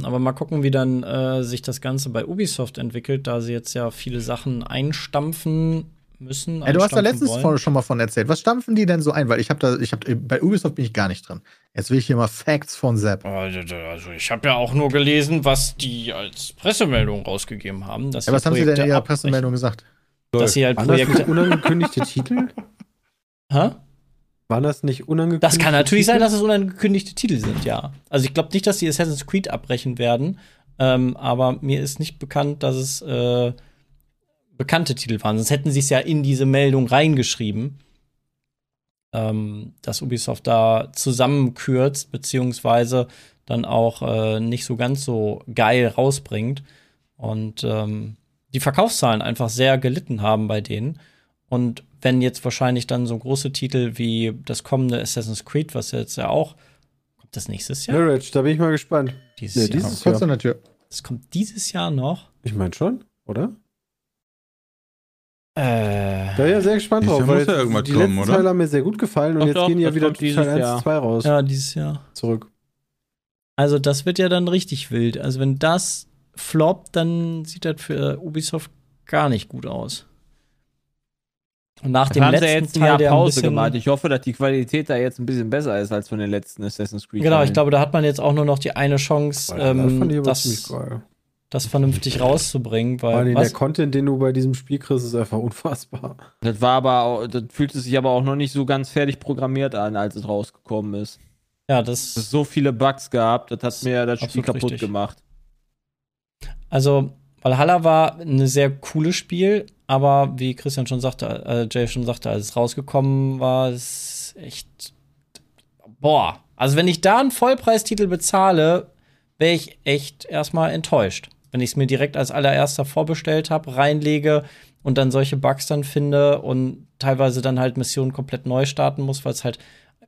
[SPEAKER 3] Aber mal gucken, wie dann äh, sich das Ganze bei Ubisoft entwickelt, da sie jetzt ja viele Sachen einstampfen müssen.
[SPEAKER 6] Ey, du hast da
[SPEAKER 3] einstampfen
[SPEAKER 6] letztens
[SPEAKER 3] wollen.
[SPEAKER 6] vor- schon mal von erzählt. Was stampfen die denn so ein? Weil ich habe da, ich habe bei Ubisoft bin ich gar nicht drin. Jetzt will ich hier mal Facts von Sepp.
[SPEAKER 3] Also ich habe ja auch nur gelesen, was die als Pressemeldung rausgegeben haben. Dass
[SPEAKER 6] Ja, was
[SPEAKER 3] sie
[SPEAKER 6] haben sie denn in
[SPEAKER 3] Projekte
[SPEAKER 6] ihrer
[SPEAKER 3] abbrechen.
[SPEAKER 6] Pressemeldung gesagt?
[SPEAKER 3] Dass sie halt
[SPEAKER 7] Waren das nicht
[SPEAKER 3] Projekte.
[SPEAKER 7] unangekündigte Titel?
[SPEAKER 3] Hä?
[SPEAKER 7] Waren das nicht unangekündigte
[SPEAKER 3] Das kann natürlich
[SPEAKER 7] Titel?
[SPEAKER 3] sein, dass es unangekündigte Titel sind, ja. Also ich glaube nicht, dass die Assassin's Creed abbrechen werden, ähm, aber mir ist nicht bekannt, dass es äh, bekannte Titel waren. Sonst hätten sie es ja in diese Meldung reingeschrieben, ähm, dass Ubisoft da zusammenkürzt, beziehungsweise dann auch äh, nicht so ganz so geil rausbringt. Und ähm, die Verkaufszahlen einfach sehr gelitten haben bei denen. Und wenn jetzt wahrscheinlich dann so große Titel wie das kommende Assassin's Creed, was jetzt ja auch kommt das nächstes Jahr?
[SPEAKER 7] Marriage, da bin ich mal gespannt.
[SPEAKER 3] Dieses
[SPEAKER 7] nee,
[SPEAKER 3] Jahr.
[SPEAKER 7] dieses-
[SPEAKER 6] Kurz an der Tür.
[SPEAKER 3] Das kommt dieses Jahr noch.
[SPEAKER 7] Ich meine schon, oder?
[SPEAKER 3] Äh,
[SPEAKER 7] Da bin ich ja sehr gespannt
[SPEAKER 2] Dieses
[SPEAKER 7] drauf.
[SPEAKER 2] Jahr muss
[SPEAKER 7] weil
[SPEAKER 2] ja irgendwas
[SPEAKER 7] die
[SPEAKER 2] kommen,
[SPEAKER 7] letzten
[SPEAKER 2] oder?
[SPEAKER 7] Teile haben mir sehr gut gefallen und
[SPEAKER 4] Doch,
[SPEAKER 7] jetzt
[SPEAKER 4] doch,
[SPEAKER 7] gehen ja
[SPEAKER 4] das
[SPEAKER 7] wieder
[SPEAKER 4] kommt
[SPEAKER 7] Teil 1
[SPEAKER 4] dieses
[SPEAKER 7] zu
[SPEAKER 4] Jahr.
[SPEAKER 7] 2 raus.
[SPEAKER 3] ja, dieses Jahr.
[SPEAKER 7] Zurück.
[SPEAKER 3] Also das wird ja dann richtig wild. Also wenn das floppt, dann sieht das für Ubisoft gar nicht gut aus. Und nach
[SPEAKER 4] Dann
[SPEAKER 3] dem
[SPEAKER 4] haben
[SPEAKER 3] letzten
[SPEAKER 4] sie jetzt ein
[SPEAKER 3] Teil,
[SPEAKER 4] Jahr
[SPEAKER 3] der ein
[SPEAKER 4] Pause
[SPEAKER 3] bisschen,
[SPEAKER 4] gemacht. Ich hoffe, dass die Qualität da jetzt ein bisschen besser ist als von den letzten Assassin's Creed.
[SPEAKER 3] genau, ich
[SPEAKER 4] Teilen.
[SPEAKER 3] glaube, da hat man jetzt auch nur noch die eine Chance,
[SPEAKER 7] Alter, das fand ich
[SPEAKER 3] ähm,
[SPEAKER 7] aber ziemlich
[SPEAKER 3] das,
[SPEAKER 7] geil.
[SPEAKER 3] das vernünftig rauszubringen,
[SPEAKER 7] Vor
[SPEAKER 3] weil
[SPEAKER 7] allem
[SPEAKER 3] was?
[SPEAKER 7] der Content, den du bei diesem Spiel kriegst, ist einfach unfassbar.
[SPEAKER 4] Das war aber, auch, das fühlte sich aber auch noch nicht so ganz fertig programmiert an, als es rausgekommen ist.
[SPEAKER 3] ja das
[SPEAKER 4] Es hat so viele Bugs gehabt, das hat mir das Spiel
[SPEAKER 3] Absolut
[SPEAKER 4] kaputt
[SPEAKER 3] richtig.
[SPEAKER 4] gemacht.
[SPEAKER 3] Also, Valhalla war ein sehr cooles Spiel, aber wie Christian schon sagte, äh, Jay schon sagte, als es rausgekommen war, ist echt. Boah. Also, wenn ich da einen Vollpreistitel bezahle, wäre ich echt erstmal enttäuscht. Wenn ich es mir direkt als allererster vorbestellt habe, reinlege und dann solche Bugs dann finde und teilweise dann halt Missionen komplett neu starten muss, weil es halt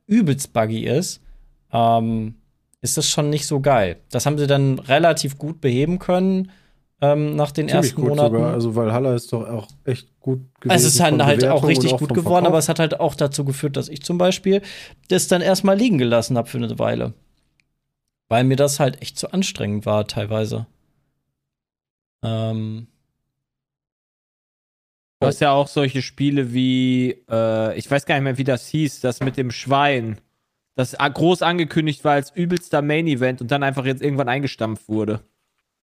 [SPEAKER 3] übelst buggy ist. Ähm, ist das schon nicht so geil. Das haben sie dann relativ gut beheben können ähm, nach den
[SPEAKER 7] Ziemlich
[SPEAKER 3] ersten
[SPEAKER 7] gut
[SPEAKER 3] Monaten.
[SPEAKER 7] sogar. Also Valhalla ist doch auch echt gut gewesen.
[SPEAKER 3] Es ist halt,
[SPEAKER 7] von
[SPEAKER 3] halt auch
[SPEAKER 7] Bewertungen
[SPEAKER 3] richtig
[SPEAKER 7] und
[SPEAKER 3] gut
[SPEAKER 7] vom
[SPEAKER 3] geworden, aber
[SPEAKER 7] Verkauf.
[SPEAKER 3] es hat halt auch dazu geführt, dass ich zum Beispiel das dann erstmal liegen gelassen habe für eine Weile. Weil mir das halt echt zu anstrengend war, teilweise. Ähm,
[SPEAKER 4] Du hast ja auch solche Spiele wie, äh, ich weiß gar nicht mehr, wie das hieß, das mit dem Schwein, das a- groß angekündigt war als übelster Main-Event und dann einfach jetzt irgendwann eingestampft wurde.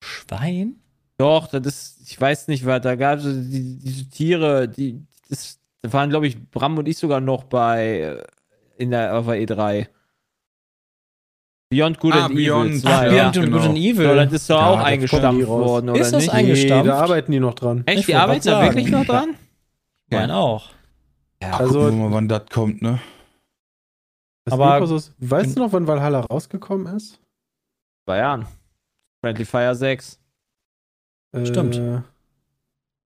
[SPEAKER 3] Schwein?
[SPEAKER 4] Doch, das ist, ich weiß nicht, was, da gab es die, diese Tiere, die, das, da waren, glaube ich, Bram und ich sogar noch bei, äh, in der, auf der E3. E Beyond Good
[SPEAKER 2] Ah,
[SPEAKER 4] and Evil
[SPEAKER 2] Beyond,
[SPEAKER 4] 2.
[SPEAKER 2] ja,
[SPEAKER 3] Beyond
[SPEAKER 2] genau.
[SPEAKER 3] Good and Evil.
[SPEAKER 4] So, das ist doch
[SPEAKER 7] Ja,
[SPEAKER 4] auch
[SPEAKER 7] das kommt nie
[SPEAKER 4] eingestampft
[SPEAKER 7] raus.
[SPEAKER 4] worden, oder
[SPEAKER 3] Ist das
[SPEAKER 4] nicht?
[SPEAKER 3] eigentlich-
[SPEAKER 7] Nee,
[SPEAKER 3] Eingestampft.
[SPEAKER 7] da arbeiten die noch dran.
[SPEAKER 3] Ich
[SPEAKER 4] Echt, die
[SPEAKER 3] wollt
[SPEAKER 4] arbeiten da
[SPEAKER 3] grad
[SPEAKER 4] wirklich noch dran?
[SPEAKER 3] Ich meine auch.
[SPEAKER 2] Ach,
[SPEAKER 7] Also-
[SPEAKER 2] gucken wir mal, wann das kommt, ne?
[SPEAKER 7] Das
[SPEAKER 3] Aber-
[SPEAKER 7] Infos ist- weißt du noch, wann Valhalla rausgekommen ist?
[SPEAKER 4] Zwei Jahren. Friendly Fire 6.
[SPEAKER 3] Stimmt.
[SPEAKER 7] Äh,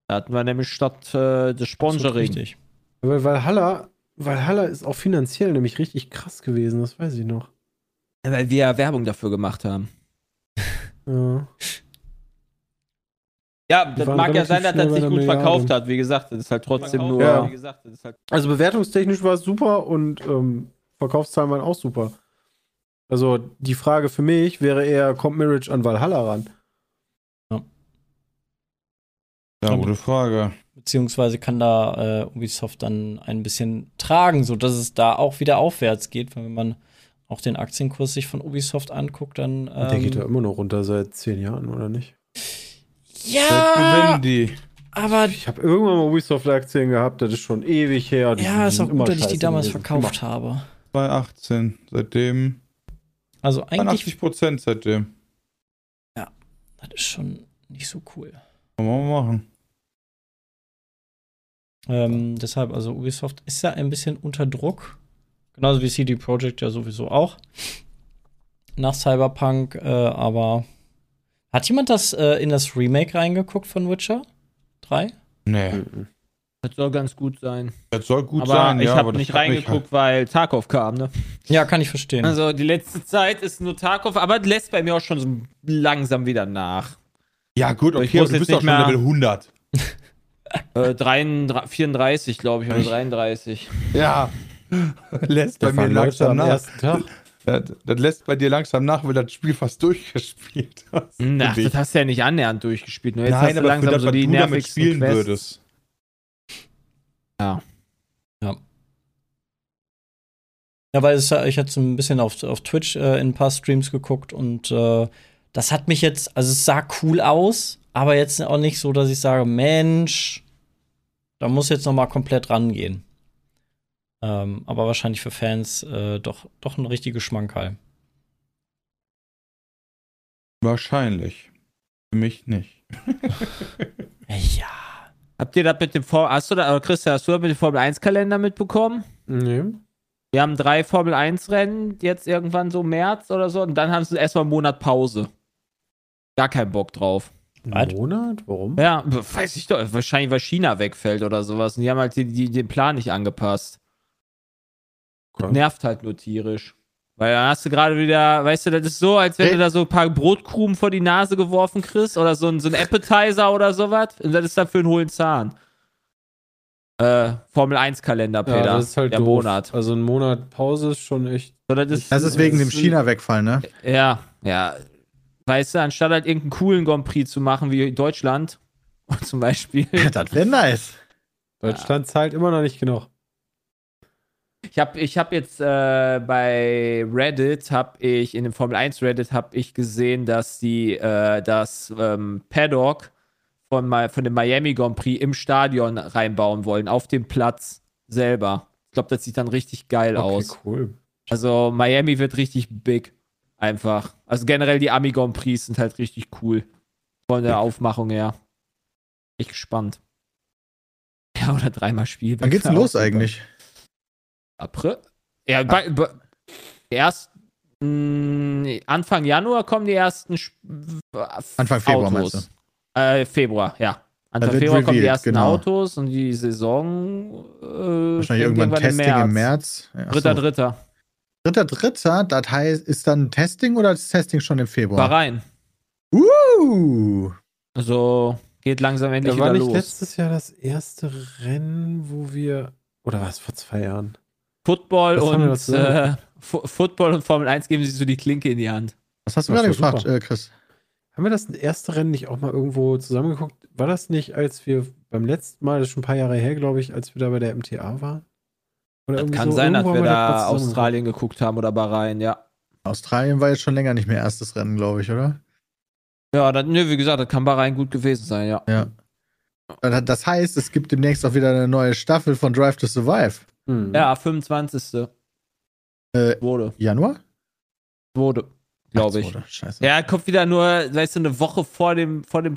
[SPEAKER 4] Da hatten wir nämlich statt äh, des Sponsoring.
[SPEAKER 3] Richtig.
[SPEAKER 7] weil Valhalla, Valhalla ist auch finanziell nämlich richtig krass gewesen, das weiß ich noch.
[SPEAKER 4] Weil wir ja Werbung dafür gemacht haben.
[SPEAKER 7] Ja.
[SPEAKER 4] Ja,
[SPEAKER 7] Die
[SPEAKER 4] das
[SPEAKER 7] waren
[SPEAKER 4] mag ja
[SPEAKER 7] relativ
[SPEAKER 4] sein, dass
[SPEAKER 7] schnell
[SPEAKER 4] das
[SPEAKER 7] bei
[SPEAKER 4] sich
[SPEAKER 7] einer
[SPEAKER 4] gut
[SPEAKER 7] Milliarde.
[SPEAKER 4] verkauft hat. Wie gesagt, das ist halt trotzdem nur.
[SPEAKER 7] Ja.
[SPEAKER 4] Wie gesagt, das ist halt
[SPEAKER 7] Also bewertungstechnisch war es super und ähm, Verkaufszahlen waren auch super. Also die Frage für mich wäre eher, kommt Mirage an Valhalla ran?
[SPEAKER 2] Ja,
[SPEAKER 3] Stimmt.
[SPEAKER 2] gute Frage.
[SPEAKER 3] Beziehungsweise kann da äh, Ubisoft dann ein bisschen tragen, sodass es da auch wieder aufwärts geht. Weil wenn man auch den Aktienkurs sich von Ubisoft anguckt, dann. Ähm,
[SPEAKER 7] Der geht ja immer noch runter seit zehn Jahren, oder nicht?
[SPEAKER 3] Ah!
[SPEAKER 2] Vielleicht
[SPEAKER 3] ja,
[SPEAKER 2] gewinnen die.
[SPEAKER 3] aber
[SPEAKER 7] Ich habe irgendwann mal Ubisoft-Aktien gehabt, das ist schon ewig her. Die
[SPEAKER 3] ja, ist
[SPEAKER 7] sind
[SPEAKER 3] auch
[SPEAKER 7] immer
[SPEAKER 3] gut, dass ich die
[SPEAKER 7] scheiße
[SPEAKER 3] damals
[SPEAKER 7] gewesen.
[SPEAKER 3] verkauft habe.
[SPEAKER 2] 2018. Seitdem.
[SPEAKER 3] Also eigentlich,
[SPEAKER 2] 80 Prozent seitdem.
[SPEAKER 3] das ist schon nicht so cool.
[SPEAKER 2] Kann man mal machen.
[SPEAKER 3] Ähm, deshalb, also Ubisoft ist ja ein bisschen unter Druck. Genauso wie CD Projekt ja sowieso auch. Nach Cyberpunk, äh, aber. Hat jemand das äh, in das Remake reingeguckt von Witcher 3?
[SPEAKER 2] Nee.
[SPEAKER 4] Das soll ganz gut sein.
[SPEAKER 2] Das soll gut
[SPEAKER 4] aber
[SPEAKER 2] sein,
[SPEAKER 4] ich
[SPEAKER 2] ja.
[SPEAKER 4] habe
[SPEAKER 2] das
[SPEAKER 4] nicht
[SPEAKER 2] hat mich halt
[SPEAKER 4] reingeguckt, weil Tarkov kam, ne?
[SPEAKER 3] Ja, kann ich verstehen.
[SPEAKER 4] Also die letzte Zeit ist nur Tarkov, aber lässt bei mir auch schon so langsam wieder nach.
[SPEAKER 2] Ja, gut,
[SPEAKER 4] Ich
[SPEAKER 2] okay, aber
[SPEAKER 4] muss
[SPEAKER 2] du
[SPEAKER 4] jetzt
[SPEAKER 2] bist doch
[SPEAKER 4] nicht
[SPEAKER 2] schon
[SPEAKER 4] mehr-
[SPEAKER 2] Level 100.
[SPEAKER 4] Äh, 33, 34, glaube ich, oder 33.
[SPEAKER 2] Ja. Lässt bei mir
[SPEAKER 7] Stefan läuft
[SPEAKER 2] langsam
[SPEAKER 7] am
[SPEAKER 2] nach.
[SPEAKER 7] ersten Tag.
[SPEAKER 2] Das, das lässt bei dir langsam nach, weil das Spiel fast durchgespielt hast.
[SPEAKER 4] Na,
[SPEAKER 2] Für dich.
[SPEAKER 4] Hm, das hast du ja nicht annähernd durchgespielt. Nur jetzt
[SPEAKER 2] Nein,
[SPEAKER 4] hast du
[SPEAKER 2] aber für
[SPEAKER 4] langsam
[SPEAKER 2] das,
[SPEAKER 4] so
[SPEAKER 2] was
[SPEAKER 4] die
[SPEAKER 2] du damit
[SPEAKER 4] nervigsten
[SPEAKER 2] spielen
[SPEAKER 4] Quests.
[SPEAKER 2] würdest.
[SPEAKER 3] Ja, weil es, ja- ich hatte so ein bisschen auf, auf Twitch äh, in ein paar Streams geguckt und äh, das hat mich jetzt, also es sah cool aus, aber jetzt auch nicht so, dass ich sage, Mensch, da muss jetzt noch mal komplett rangehen. Ähm, aber wahrscheinlich für Fans äh, doch, doch ein richtiges Schmankerl.
[SPEAKER 2] Wahrscheinlich. Für mich nicht.
[SPEAKER 3] Ja.
[SPEAKER 4] Habt ihr das mit dem Formel, hast du da, oder Christian, hast du das mit dem Formel 1 Kalender mitbekommen?
[SPEAKER 7] Nee.
[SPEAKER 4] Wir haben drei Formel 1 Rennen, jetzt irgendwann so März oder so, und dann haben sie erstmal einen Monat Pause. Gar keinen Bock drauf.
[SPEAKER 3] Was?
[SPEAKER 7] Einen Monat? Warum?
[SPEAKER 4] Ja, weiß ich doch, wahrscheinlich weil China wegfällt oder sowas. Und die haben halt die, die, den Plan nicht angepasst.
[SPEAKER 7] Okay.
[SPEAKER 4] Nervt halt nur tierisch. Weil dann hast du gerade wieder, weißt du, das ist so, als wenn
[SPEAKER 6] Hey.
[SPEAKER 4] du da so ein paar Brotkrumen vor die Nase geworfen kriegst oder so ein, so ein Appetizer oder sowas. Und das ist dann für einen hohlen Zahn. Äh, Formel 1 Kalender, Peter.
[SPEAKER 7] Ja, das ist halt
[SPEAKER 4] der
[SPEAKER 7] doof.
[SPEAKER 4] Monat.
[SPEAKER 7] Also ein Monat Pause ist schon echt.
[SPEAKER 4] So, das ist,
[SPEAKER 6] Das ist wegen dem China-Wegfall, ne?
[SPEAKER 4] Ja, ja. Weißt du, anstatt halt irgendeinen coolen Grand Prix zu machen, wie Deutschland zum Beispiel.
[SPEAKER 6] Das wäre nice.
[SPEAKER 7] Deutschland zahlt immer noch nicht genug.
[SPEAKER 4] Ich habe ich hab jetzt äh, bei Reddit, habe ich in dem Formel 1 Reddit, habe ich gesehen, dass die, äh, das ähm, Paddock von, Ma- von dem Miami Grand Prix im Stadion reinbauen wollen, auf dem Platz selber. Ich glaube, das sieht dann richtig geil aus.
[SPEAKER 7] cool.
[SPEAKER 4] Also Miami wird richtig big. Einfach. Also generell die Ami Grand Prix sind halt richtig cool. Von der Aufmachung her. Ich gespannt. Ja, oder dreimal Spiel.
[SPEAKER 6] Wann geht's denn los eigentlich?
[SPEAKER 4] April? Ah. Ja, bei, bei, erst mh, nee, Anfang Januar kommen die ersten Sp-
[SPEAKER 6] Anfang Februar
[SPEAKER 4] Autos.
[SPEAKER 6] meinst
[SPEAKER 4] Äh, Februar, ja. Anfang
[SPEAKER 6] wird
[SPEAKER 4] Februar kommen die
[SPEAKER 6] revealed,
[SPEAKER 4] ersten
[SPEAKER 6] genau.
[SPEAKER 4] Autos und die Saison äh,
[SPEAKER 6] Wahrscheinlich
[SPEAKER 4] fängt
[SPEAKER 6] irgendwann Testing im März. Ja,
[SPEAKER 4] Dritter,
[SPEAKER 6] achso.
[SPEAKER 4] dritter.
[SPEAKER 6] Dritter, dritter, das heißt, ist dann Testing oder ist Testing schon im Februar?
[SPEAKER 4] Bahrain.
[SPEAKER 6] Uh!
[SPEAKER 4] Also geht langsam endlich
[SPEAKER 7] Da war
[SPEAKER 4] wieder
[SPEAKER 7] nicht
[SPEAKER 4] los.
[SPEAKER 7] letztes Jahr das erste Rennen, wo wir. Oder was, vor zwei Jahren?
[SPEAKER 4] Football
[SPEAKER 7] Was haben wir
[SPEAKER 4] und
[SPEAKER 7] dazu gesagt?
[SPEAKER 4] äh, Fu- Football und Formel 1 geben sich so die Klinke in die Hand.
[SPEAKER 6] Was hast du
[SPEAKER 7] Das
[SPEAKER 6] gerade
[SPEAKER 7] war
[SPEAKER 6] gefragt,
[SPEAKER 7] super.
[SPEAKER 6] äh, Chris?
[SPEAKER 7] Haben wir das erste Rennen nicht auch mal irgendwo zusammengeguckt? War das nicht, als wir beim letzten Mal, das ist schon ein paar Jahre her, glaube ich, als wir da bei der MTA waren? Oder
[SPEAKER 4] Das
[SPEAKER 7] irgendwie
[SPEAKER 4] kann
[SPEAKER 7] so,
[SPEAKER 4] sein, dass
[SPEAKER 7] irgendwo
[SPEAKER 4] wir
[SPEAKER 7] haben das
[SPEAKER 4] da
[SPEAKER 7] kurz zusammengeguckt.
[SPEAKER 4] Australien geguckt haben oder Bahrain, ja.
[SPEAKER 6] Australien war jetzt schon länger nicht mehr erstes Rennen, glaube ich, oder?
[SPEAKER 4] Ja, dann, nö, wie gesagt, das kann Bahrain gut gewesen sein, ja.
[SPEAKER 6] Da- Das heißt, es gibt demnächst auch wieder eine neue Staffel von Drive to
[SPEAKER 4] Mhm.
[SPEAKER 6] Survive.
[SPEAKER 7] Hm.
[SPEAKER 4] Ja, 25.
[SPEAKER 6] Äh,
[SPEAKER 4] wurde.
[SPEAKER 6] Januar?
[SPEAKER 4] wurde, glaube ich.
[SPEAKER 6] Oder? Scheiße.
[SPEAKER 4] Ja, kommt wieder nur, weißt du, eine Woche vor dem, vor dem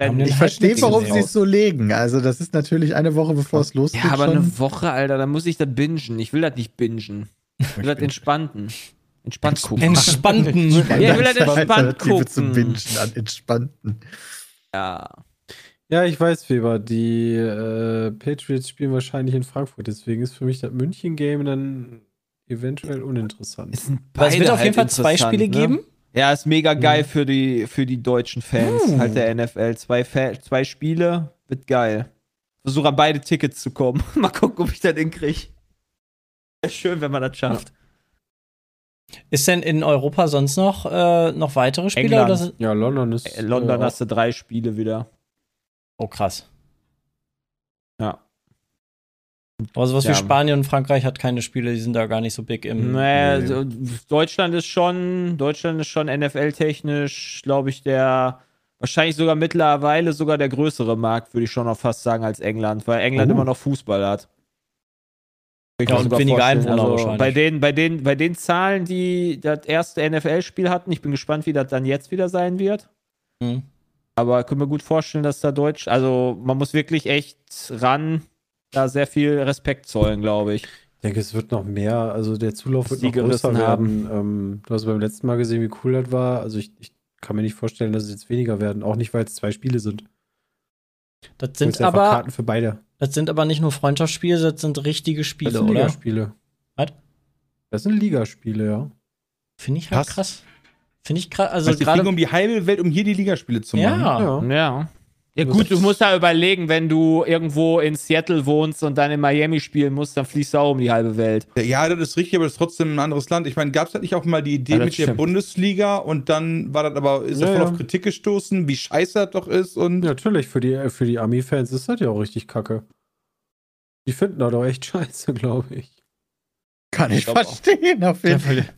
[SPEAKER 3] Haben den
[SPEAKER 6] Ich
[SPEAKER 3] Halt
[SPEAKER 6] verstehe,
[SPEAKER 3] nichts
[SPEAKER 6] warum
[SPEAKER 3] gesehen.
[SPEAKER 6] sie es so legen. Also, das ist natürlich eine Woche, bevor es losgeht.
[SPEAKER 4] Ja, aber
[SPEAKER 6] schon.
[SPEAKER 4] eine Woche, Alter, da muss ich das bingen. Ich will das nicht bingen. Ich will das entspannten. Entspannt gucken.
[SPEAKER 3] Entspannten.
[SPEAKER 4] Ja, ich will halt
[SPEAKER 6] Alternative
[SPEAKER 4] entspannt
[SPEAKER 6] Zum
[SPEAKER 4] gucken.
[SPEAKER 6] Bingen an entspannten.
[SPEAKER 4] Ja.
[SPEAKER 7] Ja, ich weiß, Weber, die äh, Patriots spielen wahrscheinlich in Frankfurt, deswegen ist für mich das München-Game dann eventuell uninteressant.
[SPEAKER 4] Es, sind
[SPEAKER 3] Aber es
[SPEAKER 4] beide
[SPEAKER 3] wird auf jeden
[SPEAKER 4] halt
[SPEAKER 3] Fall zwei
[SPEAKER 4] interessant,
[SPEAKER 3] Spiele
[SPEAKER 4] ne? Mhm.
[SPEAKER 3] geben.
[SPEAKER 4] Ja, ist mega geil für, die, für die deutschen Fans
[SPEAKER 3] Hm.
[SPEAKER 4] halt der NFL. Zwei, Fa zwei Spiele, wird geil. Versuche an beide Tickets zu kommen. Mal gucken, ob ich das hinkriege. Wäre schön, wenn man das schafft.
[SPEAKER 3] Ist denn in Europa sonst noch, äh, noch weitere Spiele?
[SPEAKER 4] England.
[SPEAKER 3] Oder? so-
[SPEAKER 7] Ja, London ist.
[SPEAKER 4] Äh, London
[SPEAKER 7] äh,
[SPEAKER 4] hast du drei Spiele wieder.
[SPEAKER 3] Oh, krass.
[SPEAKER 4] Ja.
[SPEAKER 3] Aber sowas
[SPEAKER 4] Ja.
[SPEAKER 3] wie Also, Spanien und Frankreich hat keine Spiele, die sind da gar nicht so big im.
[SPEAKER 4] Naja, so, Deutschland ist schon, Deutschland ist schon NFL-technisch, glaube ich, der wahrscheinlich sogar mittlerweile sogar der größere Markt, würde ich schon noch fast sagen, als England, weil England immer noch Fußball hat. Kann ich
[SPEAKER 3] Oh. Ja,
[SPEAKER 4] mir
[SPEAKER 3] und
[SPEAKER 4] sogar
[SPEAKER 3] weniger
[SPEAKER 4] vorstellen.
[SPEAKER 3] Einwohner
[SPEAKER 4] also
[SPEAKER 3] wahrscheinlich.
[SPEAKER 4] bei den, bei den, bei den Zahlen, die das erste NFL-Spiel hatten, ich bin gespannt, wie das dann jetzt wieder sein wird.
[SPEAKER 3] Mhm.
[SPEAKER 4] Aber können wir gut vorstellen, dass da Deutsch, also man muss wirklich echt ran, da sehr viel Respekt zollen, glaube ich.
[SPEAKER 7] Ich denke, es wird noch mehr, also der Zulauf
[SPEAKER 4] Was
[SPEAKER 7] wird
[SPEAKER 4] die
[SPEAKER 7] noch größer
[SPEAKER 4] gerissen
[SPEAKER 7] werden. Ähm, du hast beim letzten Mal gesehen, wie cool das war. Also ich, ich kann mir nicht vorstellen, dass es jetzt weniger werden, auch nicht, weil es zwei Spiele sind.
[SPEAKER 3] Das
[SPEAKER 7] Es
[SPEAKER 3] sind
[SPEAKER 7] einfach
[SPEAKER 3] aber,
[SPEAKER 7] Karten für beide.
[SPEAKER 3] das sind aber nicht nur Freundschaftsspiele, das sind richtige Spiele,
[SPEAKER 7] das sind
[SPEAKER 3] oder?
[SPEAKER 7] Ligaspiele.
[SPEAKER 3] Was?
[SPEAKER 7] Das sind Ligaspiele, ja.
[SPEAKER 3] Finde ich halt
[SPEAKER 2] Was?
[SPEAKER 3] krass. Finde ich krass. Also
[SPEAKER 2] Also die fliegen
[SPEAKER 3] gerade.
[SPEAKER 2] um die halbe Welt, um hier die Ligaspiele zu machen.
[SPEAKER 3] Ja.
[SPEAKER 4] Ja. Ja,
[SPEAKER 7] Das
[SPEAKER 4] gut,
[SPEAKER 7] ist-
[SPEAKER 4] du musst da überlegen, wenn du irgendwo in Seattle wohnst und dann in Miami spielen musst, dann fliegst du auch um die halbe Welt.
[SPEAKER 2] Ja, das ist richtig, aber das ist trotzdem ein anderes Land. Ich meine, gab es halt nicht auch mal die Idee
[SPEAKER 4] Ja, das
[SPEAKER 2] mit der
[SPEAKER 4] stimmt.
[SPEAKER 2] Bundesliga und dann war das aber, ist
[SPEAKER 7] Ja,
[SPEAKER 2] ja, voll
[SPEAKER 7] ja.
[SPEAKER 2] auf Kritik gestoßen, wie scheiße das doch ist und
[SPEAKER 7] Natürlich, für die, für die Army-Fans ist das ja auch richtig kacke. Die finden das doch echt scheiße, glaube ich.
[SPEAKER 6] Kann ich
[SPEAKER 2] glaub auch.
[SPEAKER 6] verstehen, auf jeden Fall.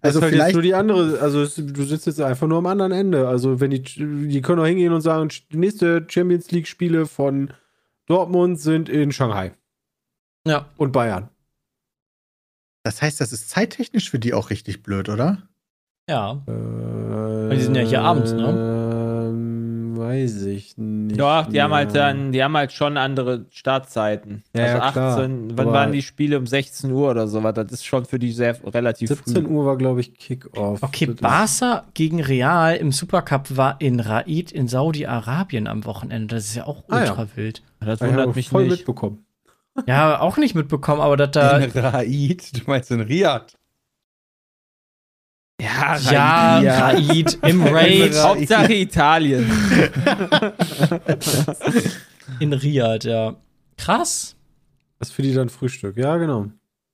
[SPEAKER 7] Das
[SPEAKER 6] Also,
[SPEAKER 7] ist halt jetzt
[SPEAKER 6] vielleicht
[SPEAKER 7] nur die andere, also es, du sitzt jetzt einfach nur am anderen Ende. Also wenn die, die können auch hingehen und sagen, die nächste Champions League Spiele von Dortmund sind in Shanghai
[SPEAKER 3] ja.
[SPEAKER 7] und Bayern.
[SPEAKER 6] Das heißt, das ist zeittechnisch für die auch richtig blöd, oder?
[SPEAKER 3] Ja.
[SPEAKER 7] Äh,
[SPEAKER 3] die sind ja hier abends,
[SPEAKER 7] ne? Ähm, weiß ich nicht.
[SPEAKER 4] Ja, die haben halt
[SPEAKER 7] mehr.
[SPEAKER 4] dann, die haben halt schon andere Startzeiten.
[SPEAKER 7] Ja,
[SPEAKER 4] also
[SPEAKER 7] ja, klar.
[SPEAKER 4] 18, wann
[SPEAKER 7] Aber-
[SPEAKER 4] waren die Spiele um 16 Uhr oder sowas? Das ist schon für die sehr relativ
[SPEAKER 7] 17
[SPEAKER 4] früh.
[SPEAKER 7] Uhr war, glaube ich, Kickoff.
[SPEAKER 3] Okay,
[SPEAKER 7] Das ist-
[SPEAKER 3] Barca gegen Real im Supercup war in Raid in Saudi-Arabien am Wochenende. Das ist ja auch
[SPEAKER 7] Ah, ja.
[SPEAKER 3] ultra wild.
[SPEAKER 4] Das
[SPEAKER 7] Ah, ich
[SPEAKER 4] wundert
[SPEAKER 7] habe
[SPEAKER 4] mich
[SPEAKER 7] voll
[SPEAKER 4] nicht.
[SPEAKER 7] mitbekommen.
[SPEAKER 3] Ja, auch nicht mitbekommen, aber dass da.
[SPEAKER 2] in Raid, du meinst in Riad.
[SPEAKER 4] Ja,
[SPEAKER 3] Ja,
[SPEAKER 4] Raid.
[SPEAKER 3] Raid im Raid
[SPEAKER 4] Hauptsache Italien.
[SPEAKER 3] in Riyadh, ja. Krass.
[SPEAKER 7] Das ist für die dann Frühstück. Ja, genau.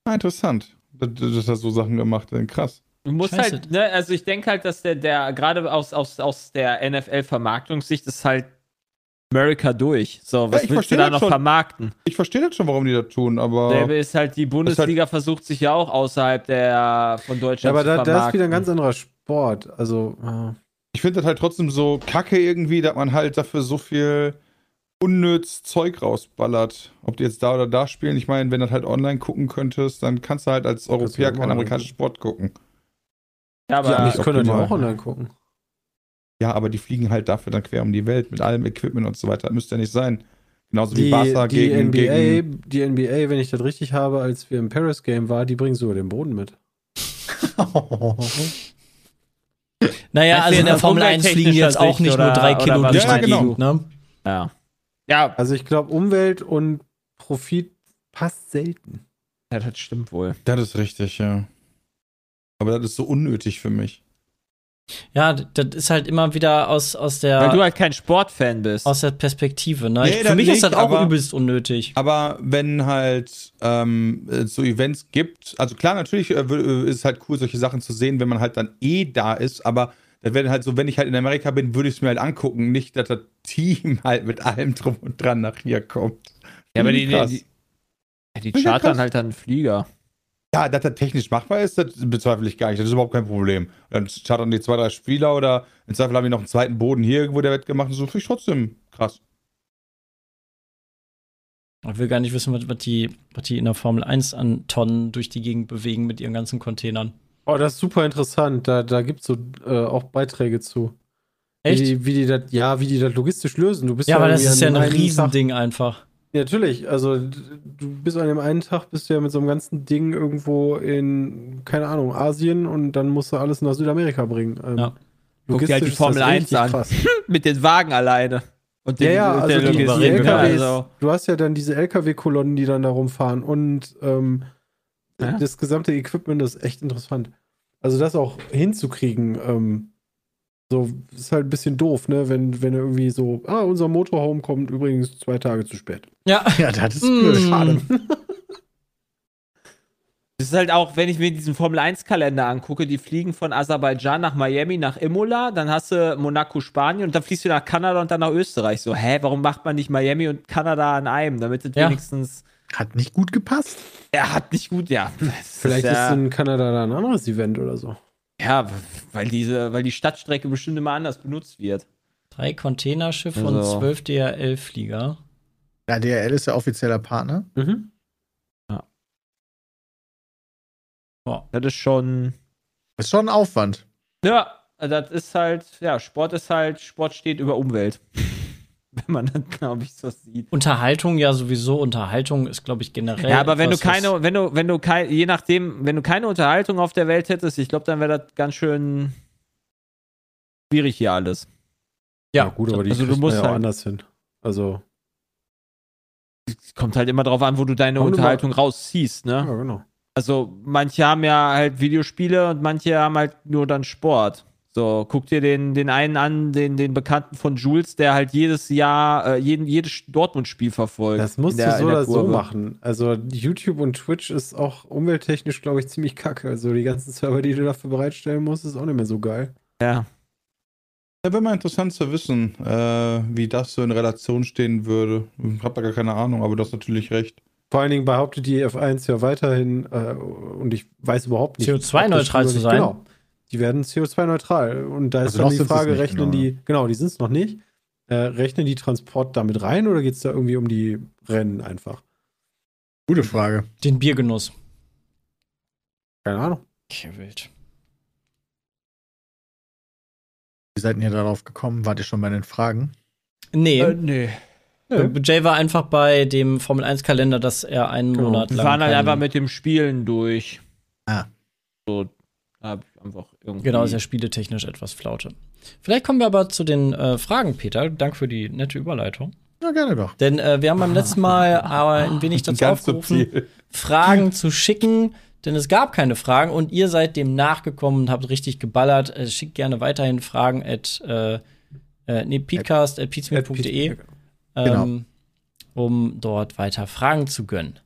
[SPEAKER 2] Ah, interessant, dass dass er so Sachen gemacht hat. Krass.
[SPEAKER 4] Du musst
[SPEAKER 3] Scheiße.
[SPEAKER 4] halt, ne, also ich denke halt, dass der, der gerade aus, aus, aus der NFL-Vermarktungssicht ist halt America durch. So, was
[SPEAKER 2] ich
[SPEAKER 4] willst du
[SPEAKER 2] verstehe
[SPEAKER 4] da
[SPEAKER 2] das
[SPEAKER 4] noch
[SPEAKER 2] schon.
[SPEAKER 4] vermarkten?
[SPEAKER 2] Ich verstehe das schon, warum die das tun, aber
[SPEAKER 4] Der ist halt, die Bundesliga versucht sich ja auch außerhalb der von
[SPEAKER 7] Ja,
[SPEAKER 4] Deutschland
[SPEAKER 7] aber da,
[SPEAKER 4] zu
[SPEAKER 7] da ist wieder ein ganz
[SPEAKER 4] vermarkten.
[SPEAKER 7] anderer Sport. Also, ah.
[SPEAKER 2] ich finde das halt trotzdem so kacke irgendwie, dass man halt dafür so viel unnütz Zeug rausballert. Ob die jetzt da oder da spielen. Ich meine, wenn du das halt online gucken könntest, dann kannst du halt als Europäer
[SPEAKER 7] du
[SPEAKER 2] keinen
[SPEAKER 7] immer-
[SPEAKER 2] amerikanischen Sport gucken.
[SPEAKER 4] Ja, aber
[SPEAKER 2] Ja,
[SPEAKER 7] ich könnte das ja
[SPEAKER 2] optimal.
[SPEAKER 7] auch online gucken.
[SPEAKER 2] Ja, aber die fliegen halt dafür dann quer um die Welt mit allem Equipment und so weiter. Das müsste ja nicht sein. Genauso Also wie
[SPEAKER 7] die,
[SPEAKER 2] Barca
[SPEAKER 7] die
[SPEAKER 2] gegen,
[SPEAKER 7] NBA,
[SPEAKER 2] gegen.
[SPEAKER 7] die NBA, wenn ich das richtig habe, als wir im Paris Game war, die bringen sogar den Boden mit.
[SPEAKER 3] Naja,
[SPEAKER 4] Weißt du,
[SPEAKER 3] also in
[SPEAKER 4] jetzt
[SPEAKER 3] der
[SPEAKER 4] aus
[SPEAKER 3] Formel 1 fliegen jetzt auch nicht nur
[SPEAKER 4] umwelttechnischer
[SPEAKER 3] drei
[SPEAKER 4] Sicht
[SPEAKER 3] Kilo
[SPEAKER 4] oder-
[SPEAKER 2] oder
[SPEAKER 3] durch
[SPEAKER 2] was
[SPEAKER 3] die
[SPEAKER 2] meinst
[SPEAKER 3] Gegend, ne?
[SPEAKER 4] ja. Ja,
[SPEAKER 7] Also ich glaube, Umwelt und Profit passt selten.
[SPEAKER 4] ja, das stimmt wohl.
[SPEAKER 2] Das ist richtig, ja. Aber das ist so unnötig für mich.
[SPEAKER 3] Ja, d- das ist halt immer wieder aus, aus,
[SPEAKER 4] Weil du
[SPEAKER 3] der,
[SPEAKER 4] halt kein Sportfan bist.
[SPEAKER 3] aus der Perspektive, ne?
[SPEAKER 2] Nee,
[SPEAKER 3] Ich, für
[SPEAKER 2] das
[SPEAKER 3] mich ist
[SPEAKER 2] nicht,
[SPEAKER 3] das auch
[SPEAKER 2] aber-
[SPEAKER 3] übelst unnötig.
[SPEAKER 2] Aber wenn halt ähm, es so Events gibt, also klar, natürlich äh, wür- äh, ist es halt cool, solche Sachen zu sehen, wenn man halt dann eh da ist, aber dann wäre halt so, wenn ich halt in Amerika bin, würde ich es mir halt angucken, nicht, dass das Team halt mit allem drum und dran nach hier kommt.
[SPEAKER 4] ja, aber die,
[SPEAKER 2] Krass.
[SPEAKER 4] die, die, die
[SPEAKER 2] Ist ja
[SPEAKER 4] chartern
[SPEAKER 2] krass.
[SPEAKER 4] halt dann einen Flieger.
[SPEAKER 2] Ja, dass das technisch machbar ist, das bezweifle ich gar nicht. Das ist überhaupt kein Problem. Dann chartern die zwei, drei Spieler oder im Zweifel haben die noch einen zweiten Boden hier irgendwo, der wird gemacht. und So finde ich trotzdem krass.
[SPEAKER 3] Ich will gar nicht wissen, was, was, die, was die in der Formel 1 an Tonnen durch die Gegend bewegen mit ihren ganzen Containern.
[SPEAKER 7] Oh, das ist super interessant. Da, da gibt es so äh, auch Beiträge zu.
[SPEAKER 3] Echt?
[SPEAKER 7] Wie, wie die das, ja, wie die das logistisch lösen. Du bist
[SPEAKER 3] ja, aber das
[SPEAKER 7] irgendwie
[SPEAKER 3] ist ja
[SPEAKER 7] an
[SPEAKER 3] ein
[SPEAKER 7] einem
[SPEAKER 3] Riesending einfach.
[SPEAKER 7] Tag, natürlich. Also d- du bist an dem einen Tag bist du ja mit so einem ganzen Ding irgendwo in, keine Ahnung, Asien und dann musst du alles nach Südamerika bringen. Ähm,
[SPEAKER 3] Ja.
[SPEAKER 4] Guck dir halt die
[SPEAKER 7] logistisch ist das
[SPEAKER 4] Formel 1
[SPEAKER 7] richtig
[SPEAKER 4] an.
[SPEAKER 7] krass.
[SPEAKER 4] Mit den Wagen alleine. Und den,
[SPEAKER 7] Ja, ja,
[SPEAKER 4] und der
[SPEAKER 7] also die, die
[SPEAKER 4] Logistik.
[SPEAKER 7] LKWs,
[SPEAKER 4] Ja, also.
[SPEAKER 7] du hast ja dann diese LKW-Kolonnen, die dann da rumfahren und ähm,
[SPEAKER 4] Ja.
[SPEAKER 7] das gesamte Equipment das ist echt interessant. Also das auch hinzukriegen, ähm, so ist halt ein bisschen doof, ne? Wenn, wenn irgendwie so, ah, unser Motorhome kommt übrigens zwei Tage zu spät.
[SPEAKER 3] Ja.
[SPEAKER 6] Ja, das ist
[SPEAKER 4] Hm.
[SPEAKER 3] Mm.
[SPEAKER 6] schade.
[SPEAKER 4] Das ist halt auch, wenn ich mir diesen Formel-1-Kalender angucke, die fliegen von Aserbaidschan nach Miami, nach Imola, dann hast du Monaco, Spanien und dann fliegst du nach Kanada und dann nach Österreich. So, hä, warum macht man nicht Miami und Kanada an einem, damit es
[SPEAKER 3] Ja.
[SPEAKER 4] wenigstens.
[SPEAKER 6] Hat nicht gut gepasst.
[SPEAKER 4] Er hat nicht gut, ja. Das
[SPEAKER 7] Vielleicht
[SPEAKER 4] ja,
[SPEAKER 7] ist in Kanada da ein anderes Event oder so.
[SPEAKER 4] Ja, weil, diese, weil die Stadtstrecke bestimmt immer anders benutzt wird.
[SPEAKER 3] Drei Containerschiffe und
[SPEAKER 4] Also.
[SPEAKER 3] zwölf DRL-Flieger.
[SPEAKER 6] Ja, DRL ist ja offizieller Partner.
[SPEAKER 4] Das ist schon.
[SPEAKER 6] Ist schon ein Aufwand.
[SPEAKER 4] Ja, das ist halt, ja, Sport ist halt, Sport steht über Umwelt. Wenn man das, glaube ich, so sieht.
[SPEAKER 3] Unterhaltung ja sowieso. Unterhaltung ist, glaube ich, generell.
[SPEAKER 4] Ja, aber wenn du
[SPEAKER 3] etwas, was-
[SPEAKER 4] keine, wenn du, wenn du kein, je nachdem, wenn du keine Unterhaltung auf der Welt hättest, ich glaube, dann wäre das ganz schön schwierig hier alles.
[SPEAKER 3] Ja,
[SPEAKER 7] gut, aber die
[SPEAKER 4] Also du
[SPEAKER 7] kriegt man
[SPEAKER 4] musst
[SPEAKER 7] ja auch
[SPEAKER 4] halt-
[SPEAKER 7] anders hin. Also,
[SPEAKER 4] Es kommt halt immer drauf an, wo du deine
[SPEAKER 7] Komm, du
[SPEAKER 4] Unterhaltung rausziehst,
[SPEAKER 7] ja,
[SPEAKER 4] ne?
[SPEAKER 7] genau.
[SPEAKER 4] Also manche haben ja halt Videospiele und manche haben halt nur dann Sport. So, guck dir den, den einen an, den, den Bekannten von Jules, der halt jedes Jahr, äh, jeden, jedes Dortmund-Spiel verfolgt.
[SPEAKER 7] Das musst
[SPEAKER 4] In der-
[SPEAKER 7] du so
[SPEAKER 4] in der
[SPEAKER 7] oder so
[SPEAKER 4] Kurve.
[SPEAKER 7] machen. Also YouTube und Twitch ist auch umwelttechnisch, glaube ich, ziemlich kacke. Also die ganzen Server, die du dafür bereitstellen musst, ist auch nicht mehr so geil.
[SPEAKER 4] Ja.
[SPEAKER 5] Ja, wäre mal interessant zu wissen, äh, wie das so in Relation stehen würde. Ich habe da gar keine Ahnung, aber du hast natürlich recht.
[SPEAKER 7] Vor allen Dingen behauptet die F1 ja weiterhin, äh, und ich weiß überhaupt nicht.
[SPEAKER 3] CO2-neutral
[SPEAKER 7] ob das
[SPEAKER 3] zu
[SPEAKER 7] stimmt
[SPEAKER 3] sein.
[SPEAKER 7] oder nicht. Genau. Die werden CO2-neutral. Und da ist
[SPEAKER 6] Also noch
[SPEAKER 7] dann die
[SPEAKER 6] sind sie es
[SPEAKER 7] Frage,
[SPEAKER 6] nicht, genau,
[SPEAKER 7] rechnen die, genau, die sind es noch nicht. Äh, rechnen die Transport damit rein oder geht es da irgendwie um die Rennen einfach?
[SPEAKER 6] Gute Frage.
[SPEAKER 3] Den Biergenuss.
[SPEAKER 7] Keine Ahnung.
[SPEAKER 3] Okay, wild.
[SPEAKER 6] Wie seid ihr darauf gekommen? Wart ihr schon bei den Fragen?
[SPEAKER 3] Nee.
[SPEAKER 7] Äh,
[SPEAKER 4] nee.
[SPEAKER 3] Äh, Jay war einfach bei dem Formel-1-Kalender, dass er einen
[SPEAKER 7] Genau.
[SPEAKER 3] Monat
[SPEAKER 4] Wir
[SPEAKER 3] lang.
[SPEAKER 4] waren halt
[SPEAKER 3] keinen-
[SPEAKER 4] einfach mit dem Spielen durch.
[SPEAKER 6] Ah.
[SPEAKER 4] So, da hab ich einfach irgendwie.
[SPEAKER 3] Genau, ist ja spieletechnisch etwas Flaute. Vielleicht kommen wir aber zu den äh, Fragen, Peter. Danke für die nette Überleitung.
[SPEAKER 6] Ja, gerne doch.
[SPEAKER 3] Denn äh, wir haben beim letzten Mal aber ein wenig dazu
[SPEAKER 5] Ganz
[SPEAKER 3] aufgerufen,
[SPEAKER 5] subtil.
[SPEAKER 3] Fragen zu schicken, denn es gab keine Fragen und ihr seid dem nachgekommen und habt richtig geballert. Äh, schickt gerne weiterhin Fragen at, äh, äh, nee, peatcast at peatsmeet.de, ähm, um dort weiter Fragen zu gönnen.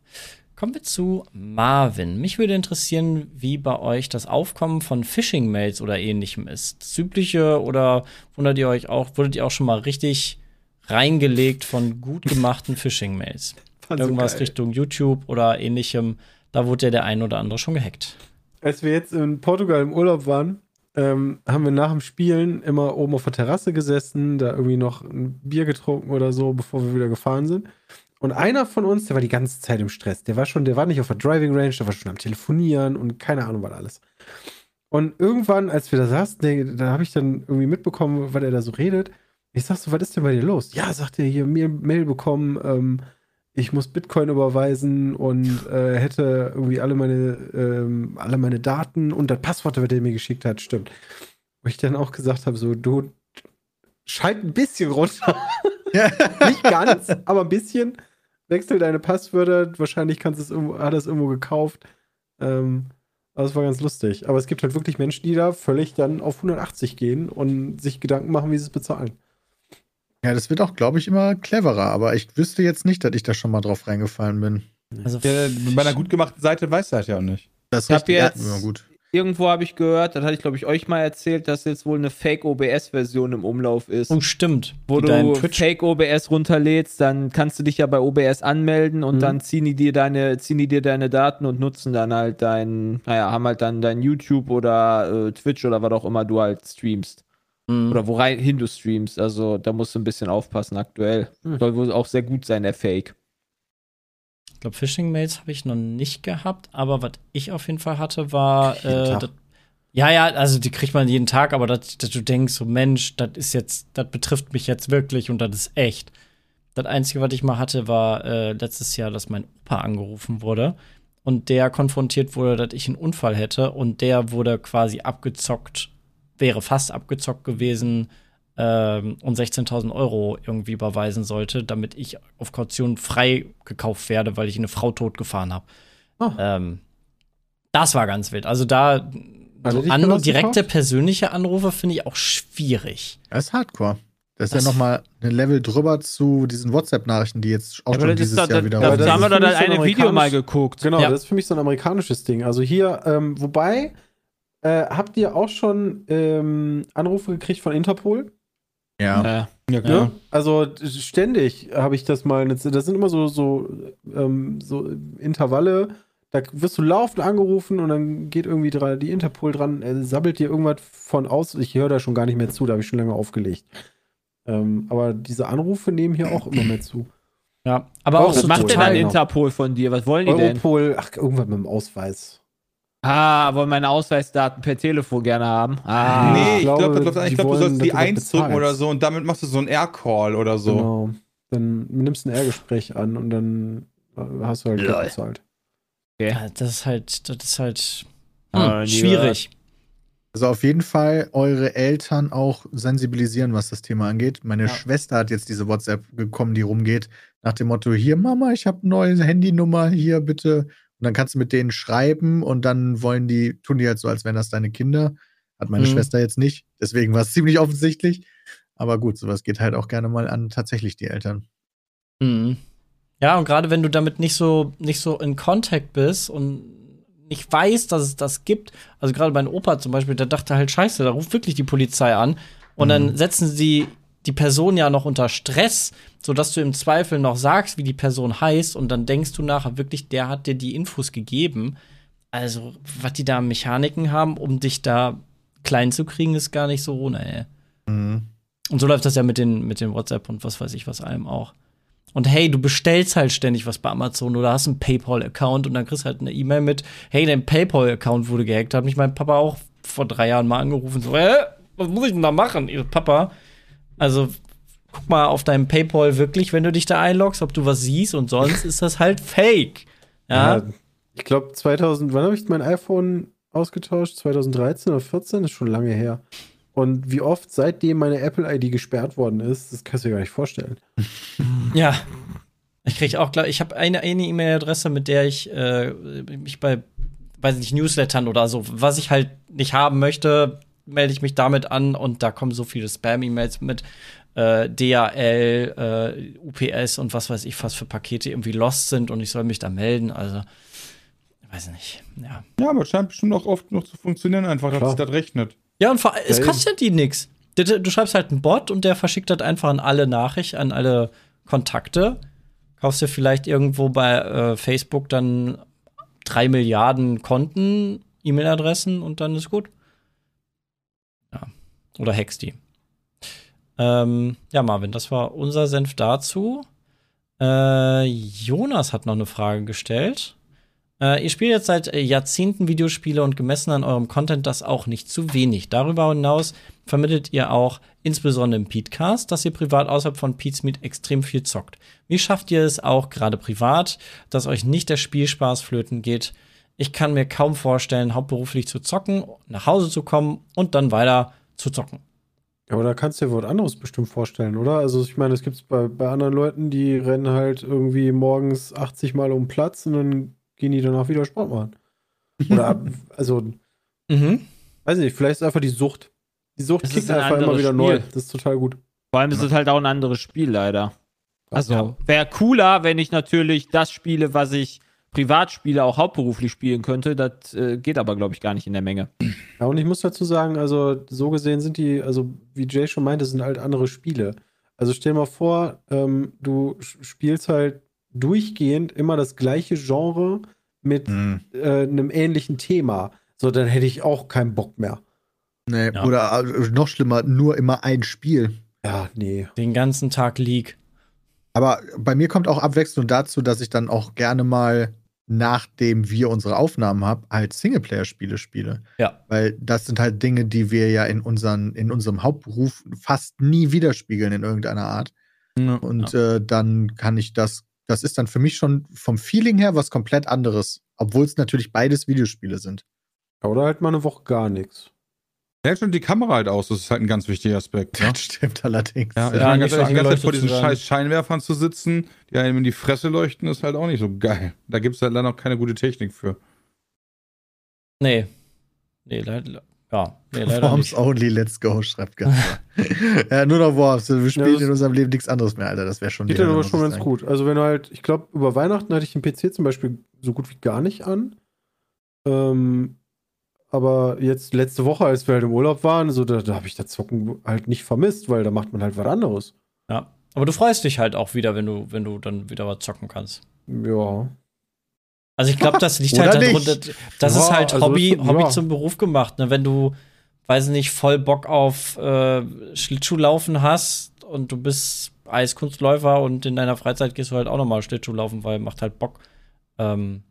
[SPEAKER 3] Kommen wir zu Marvin. Mich würde interessieren, wie bei euch das Aufkommen von Phishing-Mails oder ähnlichem ist. Das übliche oder wundert ihr euch auch, wurdet ihr auch schon mal richtig reingelegt von gut gemachten Phishing-Mails?
[SPEAKER 7] Fand so
[SPEAKER 3] irgendwas
[SPEAKER 7] Also geil.
[SPEAKER 3] Richtung YouTube oder ähnlichem. Da wurde ja der ein oder andere schon gehackt.
[SPEAKER 7] als wir jetzt in Portugal im Urlaub waren, ähm, haben wir nach dem Spielen immer oben auf der Terrasse gesessen, da irgendwie noch ein Bier getrunken oder so, bevor wir wieder gefahren sind. Und einer von uns, der war die ganze Zeit im Stress. Der war schon, der war nicht auf der Driving Range, der war schon am Telefonieren und keine Ahnung, was alles. Und irgendwann, als wir da saßen, der, da habe ich dann irgendwie mitbekommen, was er da so redet. Ich sag so, was ist denn bei dir los? Ja, sagt er, hier Mail, Mail bekommen, ähm, ich muss Bitcoin überweisen und äh, hätte irgendwie alle meine, ähm, alle meine Daten und das Passwort, was er mir geschickt hat, stimmt. Wo ich dann auch gesagt habe, so, du schalt ein bisschen runter. Nicht ganz, aber ein bisschen. Wechsel deine Passwörter. Wahrscheinlich kannst du es irgendwo, hat er es irgendwo gekauft. Ähm, aber es war ganz lustig. Aber es gibt halt wirklich Menschen, die da völlig dann auf 180 gehen und sich Gedanken machen, wie sie es bezahlen.
[SPEAKER 6] Ja, das wird auch, glaube ich, immer cleverer, aber ich wüsste jetzt nicht, dass ich da schon mal drauf reingefallen bin.
[SPEAKER 3] Also
[SPEAKER 5] Ja, bei einer gut gemachten Seite weiß er halt ja auch nicht.
[SPEAKER 6] Das ist
[SPEAKER 4] Ich hab
[SPEAKER 6] richtig,
[SPEAKER 4] jetzt-
[SPEAKER 6] ja, gut.
[SPEAKER 4] Irgendwo habe ich gehört, das hatte ich glaube ich euch mal erzählt, dass jetzt wohl eine Fake OBS-Version im Umlauf ist.
[SPEAKER 3] oh, stimmt.
[SPEAKER 4] wo
[SPEAKER 3] Die deinen
[SPEAKER 4] du Fake OBS runterlädst, dann kannst du dich ja bei OBS anmelden und
[SPEAKER 7] Mhm.
[SPEAKER 4] dann ziehen die dir deine, ziehen die dir deine Daten und nutzen dann halt dein, naja, haben halt dann dein YouTube oder äh, Twitch oder was auch immer du halt streamst.
[SPEAKER 3] Mhm.
[SPEAKER 4] Oder wohin du streamst. Also da musst du ein bisschen aufpassen aktuell.
[SPEAKER 7] Mhm.
[SPEAKER 4] Soll wohl auch sehr gut sein, der Fake.
[SPEAKER 3] Ich glaube, Phishing-Mails habe ich noch nicht gehabt, aber was ich auf jeden Fall hatte, war,
[SPEAKER 6] Jeden
[SPEAKER 3] äh,
[SPEAKER 6] Tag.
[SPEAKER 3] dat- Ja, ja, also die kriegt man jeden Tag, aber dass, dass du denkst, so Mensch, das ist jetzt, das betrifft mich jetzt wirklich und das ist echt. Das Einzige, was ich mal hatte, war äh, letztes Jahr, dass mein Opa angerufen wurde und der konfrontiert wurde, dass ich einen Unfall hätte und der wurde quasi abgezockt, wäre fast abgezockt gewesen ähm, und 16.000 Euro irgendwie überweisen sollte, damit ich auf Kaution frei gekauft werde, weil ich eine Frau totgefahren habe.
[SPEAKER 7] Oh.
[SPEAKER 3] Ähm, das war ganz wild. Also da
[SPEAKER 7] Also
[SPEAKER 3] so
[SPEAKER 7] ich
[SPEAKER 3] an,
[SPEAKER 7] kann das
[SPEAKER 3] direkte
[SPEAKER 7] gekauft.
[SPEAKER 3] persönliche Anrufe finde ich auch schwierig.
[SPEAKER 6] Das ist Hardcore. Das ist
[SPEAKER 3] Das-
[SPEAKER 6] ja nochmal ein Level drüber zu diesen WhatsApp-Nachrichten, die jetzt auch
[SPEAKER 4] Ja, aber
[SPEAKER 6] schon
[SPEAKER 4] das ist
[SPEAKER 6] dieses
[SPEAKER 4] doch-
[SPEAKER 6] Jahr
[SPEAKER 4] das-
[SPEAKER 6] wieder
[SPEAKER 4] Da,
[SPEAKER 7] Aber
[SPEAKER 4] da
[SPEAKER 7] das
[SPEAKER 4] Also haben wir
[SPEAKER 7] ist
[SPEAKER 4] doch
[SPEAKER 7] für
[SPEAKER 4] das
[SPEAKER 7] mich so ein
[SPEAKER 4] eine Video mal
[SPEAKER 7] amerikanisch-
[SPEAKER 4] geguckt.
[SPEAKER 7] Genau,
[SPEAKER 3] Ja.
[SPEAKER 7] das ist für mich so ein amerikanisches Ding. Also hier, ähm, wobei, äh, habt ihr auch schon ähm, Anrufe gekriegt von Interpol?
[SPEAKER 6] Ja.
[SPEAKER 4] Äh,
[SPEAKER 5] Ja,
[SPEAKER 3] klar.
[SPEAKER 5] klar.
[SPEAKER 3] Ja.
[SPEAKER 7] Also d- ständig habe ich das mal. Das sind immer so, so, ähm, so Intervalle. Da wirst du laufend angerufen und dann geht irgendwie dran, die Interpol dran, äh, sabbelt dir irgendwas von aus. Ich höre da schon gar nicht mehr zu, da habe ich schon lange aufgelegt. Ähm, aber diese Anrufe nehmen hier auch immer mehr zu.
[SPEAKER 3] Ja, aber
[SPEAKER 7] Warum?
[SPEAKER 3] auch
[SPEAKER 4] was
[SPEAKER 3] so halt
[SPEAKER 7] das
[SPEAKER 4] macht denn
[SPEAKER 3] total.
[SPEAKER 4] ein
[SPEAKER 7] Genau.
[SPEAKER 4] Interpol von dir? Was wollen die denn?
[SPEAKER 7] Europol, ach, irgendwas mit dem Ausweis.
[SPEAKER 4] Ah, wollen meine Ausweisdaten per Telefon gerne haben. Ah.
[SPEAKER 2] nee,
[SPEAKER 7] ich
[SPEAKER 2] ich glaube,
[SPEAKER 7] glaube,
[SPEAKER 2] das läuft an.
[SPEAKER 7] die
[SPEAKER 2] ich glaube, du
[SPEAKER 7] wollen,
[SPEAKER 2] sollst die
[SPEAKER 7] dass du das
[SPEAKER 2] 1 drücken oder
[SPEAKER 7] bezahlst.
[SPEAKER 2] so und damit machst du so einen Air-Call oder so.
[SPEAKER 7] Genau. Dann nimmst du ein R-Gespräch an und dann äh, hast du halt Geld
[SPEAKER 3] Lol.
[SPEAKER 7] bezahlt.
[SPEAKER 3] Ja, das ist halt, das ist halt hm,
[SPEAKER 4] Ah, die-
[SPEAKER 3] schwierig.
[SPEAKER 6] Also auf jeden Fall eure Eltern auch sensibilisieren, was das Thema angeht. Meine
[SPEAKER 4] Ja.
[SPEAKER 6] Schwester hat jetzt diese WhatsApp gekommen, die rumgeht, nach dem Motto, hier Mama, ich habe eine neue Handynummer, hier bitte. Und dann kannst du mit denen schreiben und dann wollen die, tun die halt so, als wären das deine Kinder. Hat meine
[SPEAKER 3] Mhm.
[SPEAKER 6] Schwester jetzt nicht. Deswegen war es ziemlich offensichtlich. Aber gut, sowas geht halt auch gerne mal an tatsächlich die Eltern.
[SPEAKER 3] Mhm. Ja, und gerade wenn du damit nicht so, nicht so in Kontakt bist und nicht weißt, dass es das gibt, also gerade mein Opa zum Beispiel, der dachte halt, scheiße, da ruft wirklich die Polizei an. Und dann setzen sie die Person ja noch unter Stress, sodass du im Zweifel noch sagst, wie die Person heißt, und dann denkst du nachher wirklich, der hat dir die Infos gegeben. Also, was die da an Mechaniken haben, um dich da klein zu kriegen, ist gar nicht so ohne, ey. Und so läuft das ja mit den, mit den WhatsApp und was weiß ich was allem auch. Und hey, du bestellst halt ständig was bei Amazon oder hast einen PayPal-Account und dann kriegst halt eine E-Mail mit, hey, dein PayPal-Account wurde gehackt. Da hat mich mein Papa auch vor drei Jahren mal angerufen, so, hä, was muss ich denn da machen? Ihr Papa, also guck mal auf deinem PayPal wirklich, wenn du dich da einloggst, ob du was siehst und sonst ist das halt fake. Ja,
[SPEAKER 7] Ich glaube, 2000, wann habe ich mein iPhone ausgetauscht? 2013 oder 14 ist schon lange her. Und wie oft seitdem meine Apple-ID gesperrt worden ist, das kannst du dir gar nicht vorstellen.
[SPEAKER 3] ja. Ich krieg auch klar, ich habe eine eine E-Mail-Adresse, mit der ich äh, mich bei, weiß nicht, Newslettern oder so, was ich halt nicht haben möchte, melde ich mich damit an und da kommen so viele Spam-E-Mails mit äh, DHL, äh, UPS und was weiß ich, was für Pakete irgendwie lost sind und ich soll mich da melden. Also, weiß nicht, ja.
[SPEAKER 5] Ja, aber scheint bestimmt auch oft noch zu funktionieren, einfach, dass
[SPEAKER 7] Klar.
[SPEAKER 5] sich das rechnet.
[SPEAKER 3] Ja, und vor, allem, es
[SPEAKER 7] Ja,
[SPEAKER 3] kostet die nix. Du, du du schreibst halt einen Bot und der verschickt das einfach an alle Nachricht, an alle Kontakte. Kaufst dir vielleicht irgendwo bei äh, Facebook dann drei Milliarden Konten, E-Mail-Adressen und dann ist gut. Ja. Oder hackst die. Ähm, ja, Marvin, das war unser Senf dazu. Äh, Jonas hat noch eine Frage gestellt. Äh, ihr spielt jetzt seit äh, Jahrzehnten Videospiele und gemessen an eurem Content das auch nicht zu wenig. Darüber hinaus vermittelt ihr auch, insbesondere im Petecast, dass ihr privat außerhalb von Pete's Meet extrem viel zockt. Wie schafft ihr es auch, gerade privat, dass euch nicht der Spielspaß flöten geht? Ich kann mir kaum vorstellen, hauptberuflich zu zocken, nach Hause zu kommen und dann weiter zu zocken.
[SPEAKER 7] Ja, aber da kannst du dir was anderes bestimmt vorstellen, oder? Also ich meine, es gibt es bei, bei anderen Leuten, die rennen halt irgendwie morgens 80 Mal um den Platz und dann gehen die danach wieder Sport machen. Oder, also,
[SPEAKER 3] Mhm.
[SPEAKER 7] weiß nicht, vielleicht ist einfach die Sucht. Die Sucht
[SPEAKER 4] Es
[SPEAKER 7] kickt
[SPEAKER 4] ist ein
[SPEAKER 7] einfach immer
[SPEAKER 4] anderes
[SPEAKER 7] wieder neu.
[SPEAKER 4] Spiel.
[SPEAKER 7] Das ist total gut.
[SPEAKER 4] Vor allem ist es halt auch ein anderes Spiel, leider.
[SPEAKER 3] Ja.
[SPEAKER 4] Also, wäre cooler, wenn ich natürlich das spiele, was ich privat spiele, auch hauptberuflich spielen könnte. Das äh, geht aber, glaube ich, gar nicht in der Menge.
[SPEAKER 7] Ja, und ich muss dazu sagen, also so gesehen sind die, also wie Jay schon meinte, sind halt andere Spiele. Also stell mal vor, ähm, du sch- spielst halt durchgehend immer das gleiche Genre mit
[SPEAKER 4] Hm.
[SPEAKER 6] Mhm.
[SPEAKER 7] äh, einem ähnlichen Thema. So, dann hätte ich auch keinen Bock mehr.
[SPEAKER 6] Nee,
[SPEAKER 3] Ja.
[SPEAKER 6] Oder äh, noch schlimmer, nur immer ein Spiel.
[SPEAKER 7] Ja, nee.
[SPEAKER 3] Den ganzen Tag League.
[SPEAKER 6] Aber bei mir kommt auch Abwechslung dazu, dass ich dann auch gerne mal nachdem wir unsere Aufnahmen haben, halt Singleplayer-Spiele spiele.
[SPEAKER 3] Ja.
[SPEAKER 6] Weil das sind halt Dinge, die wir ja in, unseren, in unserem Hauptberuf fast nie widerspiegeln in irgendeiner Art. Und äh, dann kann ich das, das ist dann für mich schon vom Feeling her was komplett anderes, obwohl es natürlich beides Videospiele sind.
[SPEAKER 7] Oder halt mal eine Woche gar nichts.
[SPEAKER 2] Merkt schon die Kamera halt aus, das ist halt ein ganz wichtiger Aspekt. Ne?
[SPEAKER 6] Das stimmt allerdings.
[SPEAKER 2] Ja, ich
[SPEAKER 3] Ja,
[SPEAKER 2] meine,
[SPEAKER 3] nicht
[SPEAKER 2] ganz ehrlich, die ganze Zeit vor diesen
[SPEAKER 3] angeleuchtet zu
[SPEAKER 2] scheiß Scheinwerfern zu sitzen, die einem in die Fresse leuchten, ist halt auch nicht so geil. Da gibt es halt leider noch keine gute Technik für.
[SPEAKER 3] Nee. Nee, leider. Ja, nee, leider
[SPEAKER 6] Worms
[SPEAKER 3] nicht.
[SPEAKER 6] only, let's go, schreibt Gaspar. ja, nur noch Worms. Wir spielen
[SPEAKER 7] das-
[SPEAKER 6] in unserem Leben nichts anderes mehr, Alter. Das wäre schon
[SPEAKER 7] Geht dann
[SPEAKER 6] wieder,
[SPEAKER 7] aber
[SPEAKER 6] muss
[SPEAKER 7] schon
[SPEAKER 6] ich
[SPEAKER 7] ganz
[SPEAKER 6] sagen.
[SPEAKER 7] gut. Also wenn du halt, ich glaube, über Weihnachten hatte ich den PC zum Beispiel so gut wie gar nicht an. Ähm, aber jetzt letzte Woche, als wir halt im Urlaub waren, so da, da habe ich das Zocken halt nicht vermisst, weil da macht man halt was anderes.
[SPEAKER 3] Ja. Aber du freust dich halt auch wieder, wenn du, wenn du dann wieder was zocken kannst.
[SPEAKER 7] Ja.
[SPEAKER 3] Also ich glaube, das liegt
[SPEAKER 6] Oder
[SPEAKER 3] halt
[SPEAKER 6] nicht.
[SPEAKER 3] darunter. Das
[SPEAKER 7] Ja,
[SPEAKER 3] ist halt
[SPEAKER 7] also
[SPEAKER 3] Hobby,
[SPEAKER 7] ist-
[SPEAKER 3] Hobby
[SPEAKER 7] ja.
[SPEAKER 3] zum Beruf gemacht. Ne? Wenn du, weiß nicht, voll Bock auf äh, Schlittschuhlaufen hast und du bist Eiskunstläufer und in deiner Freizeit gehst du halt auch nochmal Schlittschuhlaufen, weil macht halt Bock. Ähm,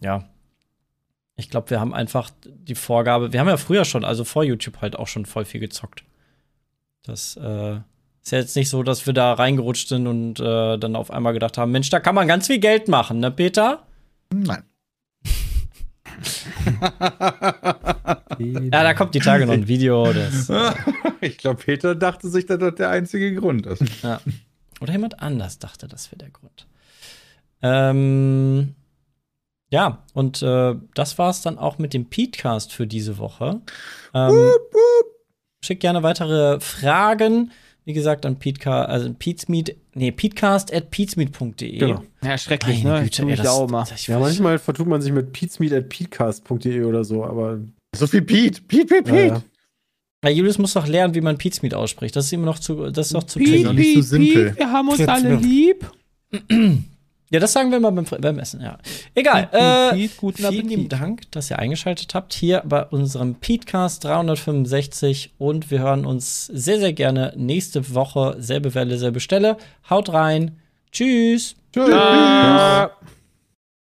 [SPEAKER 3] ja. Ich glaube, wir haben einfach die Vorgabe, wir haben ja früher schon, also vor YouTube halt auch schon voll viel gezockt. Das äh, ist ja jetzt nicht so, dass wir da reingerutscht sind und äh, dann auf einmal gedacht haben, Mensch, da kann man ganz viel Geld machen, ne, Peter?
[SPEAKER 6] Nein.
[SPEAKER 3] Ja, da kommt die Tage noch ein Video. Das,
[SPEAKER 2] ich glaube, Peter dachte sich, dass das der einzige Grund ist.
[SPEAKER 3] ja. Oder jemand anders dachte, das wäre der Grund. Ähm, ja, und äh, das war's dann auch mit dem Petecast für diese Woche. Ähm, Schickt gerne weitere Fragen. Wie gesagt, an Petecast, also Petesmeet, nee, petecast at petesmeet.de.
[SPEAKER 7] Genau.
[SPEAKER 4] Ja, schrecklich,
[SPEAKER 3] Meine
[SPEAKER 4] ne?
[SPEAKER 3] Güte,
[SPEAKER 4] tu
[SPEAKER 3] ey,
[SPEAKER 4] mich
[SPEAKER 3] das,
[SPEAKER 4] da auch mal.
[SPEAKER 3] ich
[SPEAKER 7] Ja,
[SPEAKER 3] weiß-
[SPEAKER 7] manchmal vertut man sich mit peatsmeet at peatcast.de oder so, aber
[SPEAKER 6] So viel Piet. Piet, Piet, Piet.
[SPEAKER 7] Ja, ja.
[SPEAKER 3] Ja, Julius muss doch lernen, wie man Petesmeet ausspricht. Das ist immer noch zu, das ist noch zu
[SPEAKER 6] Piet.
[SPEAKER 3] tricky.
[SPEAKER 6] nicht so simpel.
[SPEAKER 4] wir haben uns
[SPEAKER 3] Jetzt
[SPEAKER 4] alle
[SPEAKER 3] nur.
[SPEAKER 4] lieb.
[SPEAKER 3] Ja, das sagen wir immer beim, beim Essen, ja. Egal. äh,
[SPEAKER 4] Piet, guten
[SPEAKER 3] Vielen lieben
[SPEAKER 4] Appetit.
[SPEAKER 3] Dank, dass ihr eingeschaltet habt hier bei unserem Podcast 365 und wir hören uns sehr, sehr gerne nächste Woche. Selbe Welle, selbe Stelle. Haut rein. Tschüss.
[SPEAKER 4] Tschüss.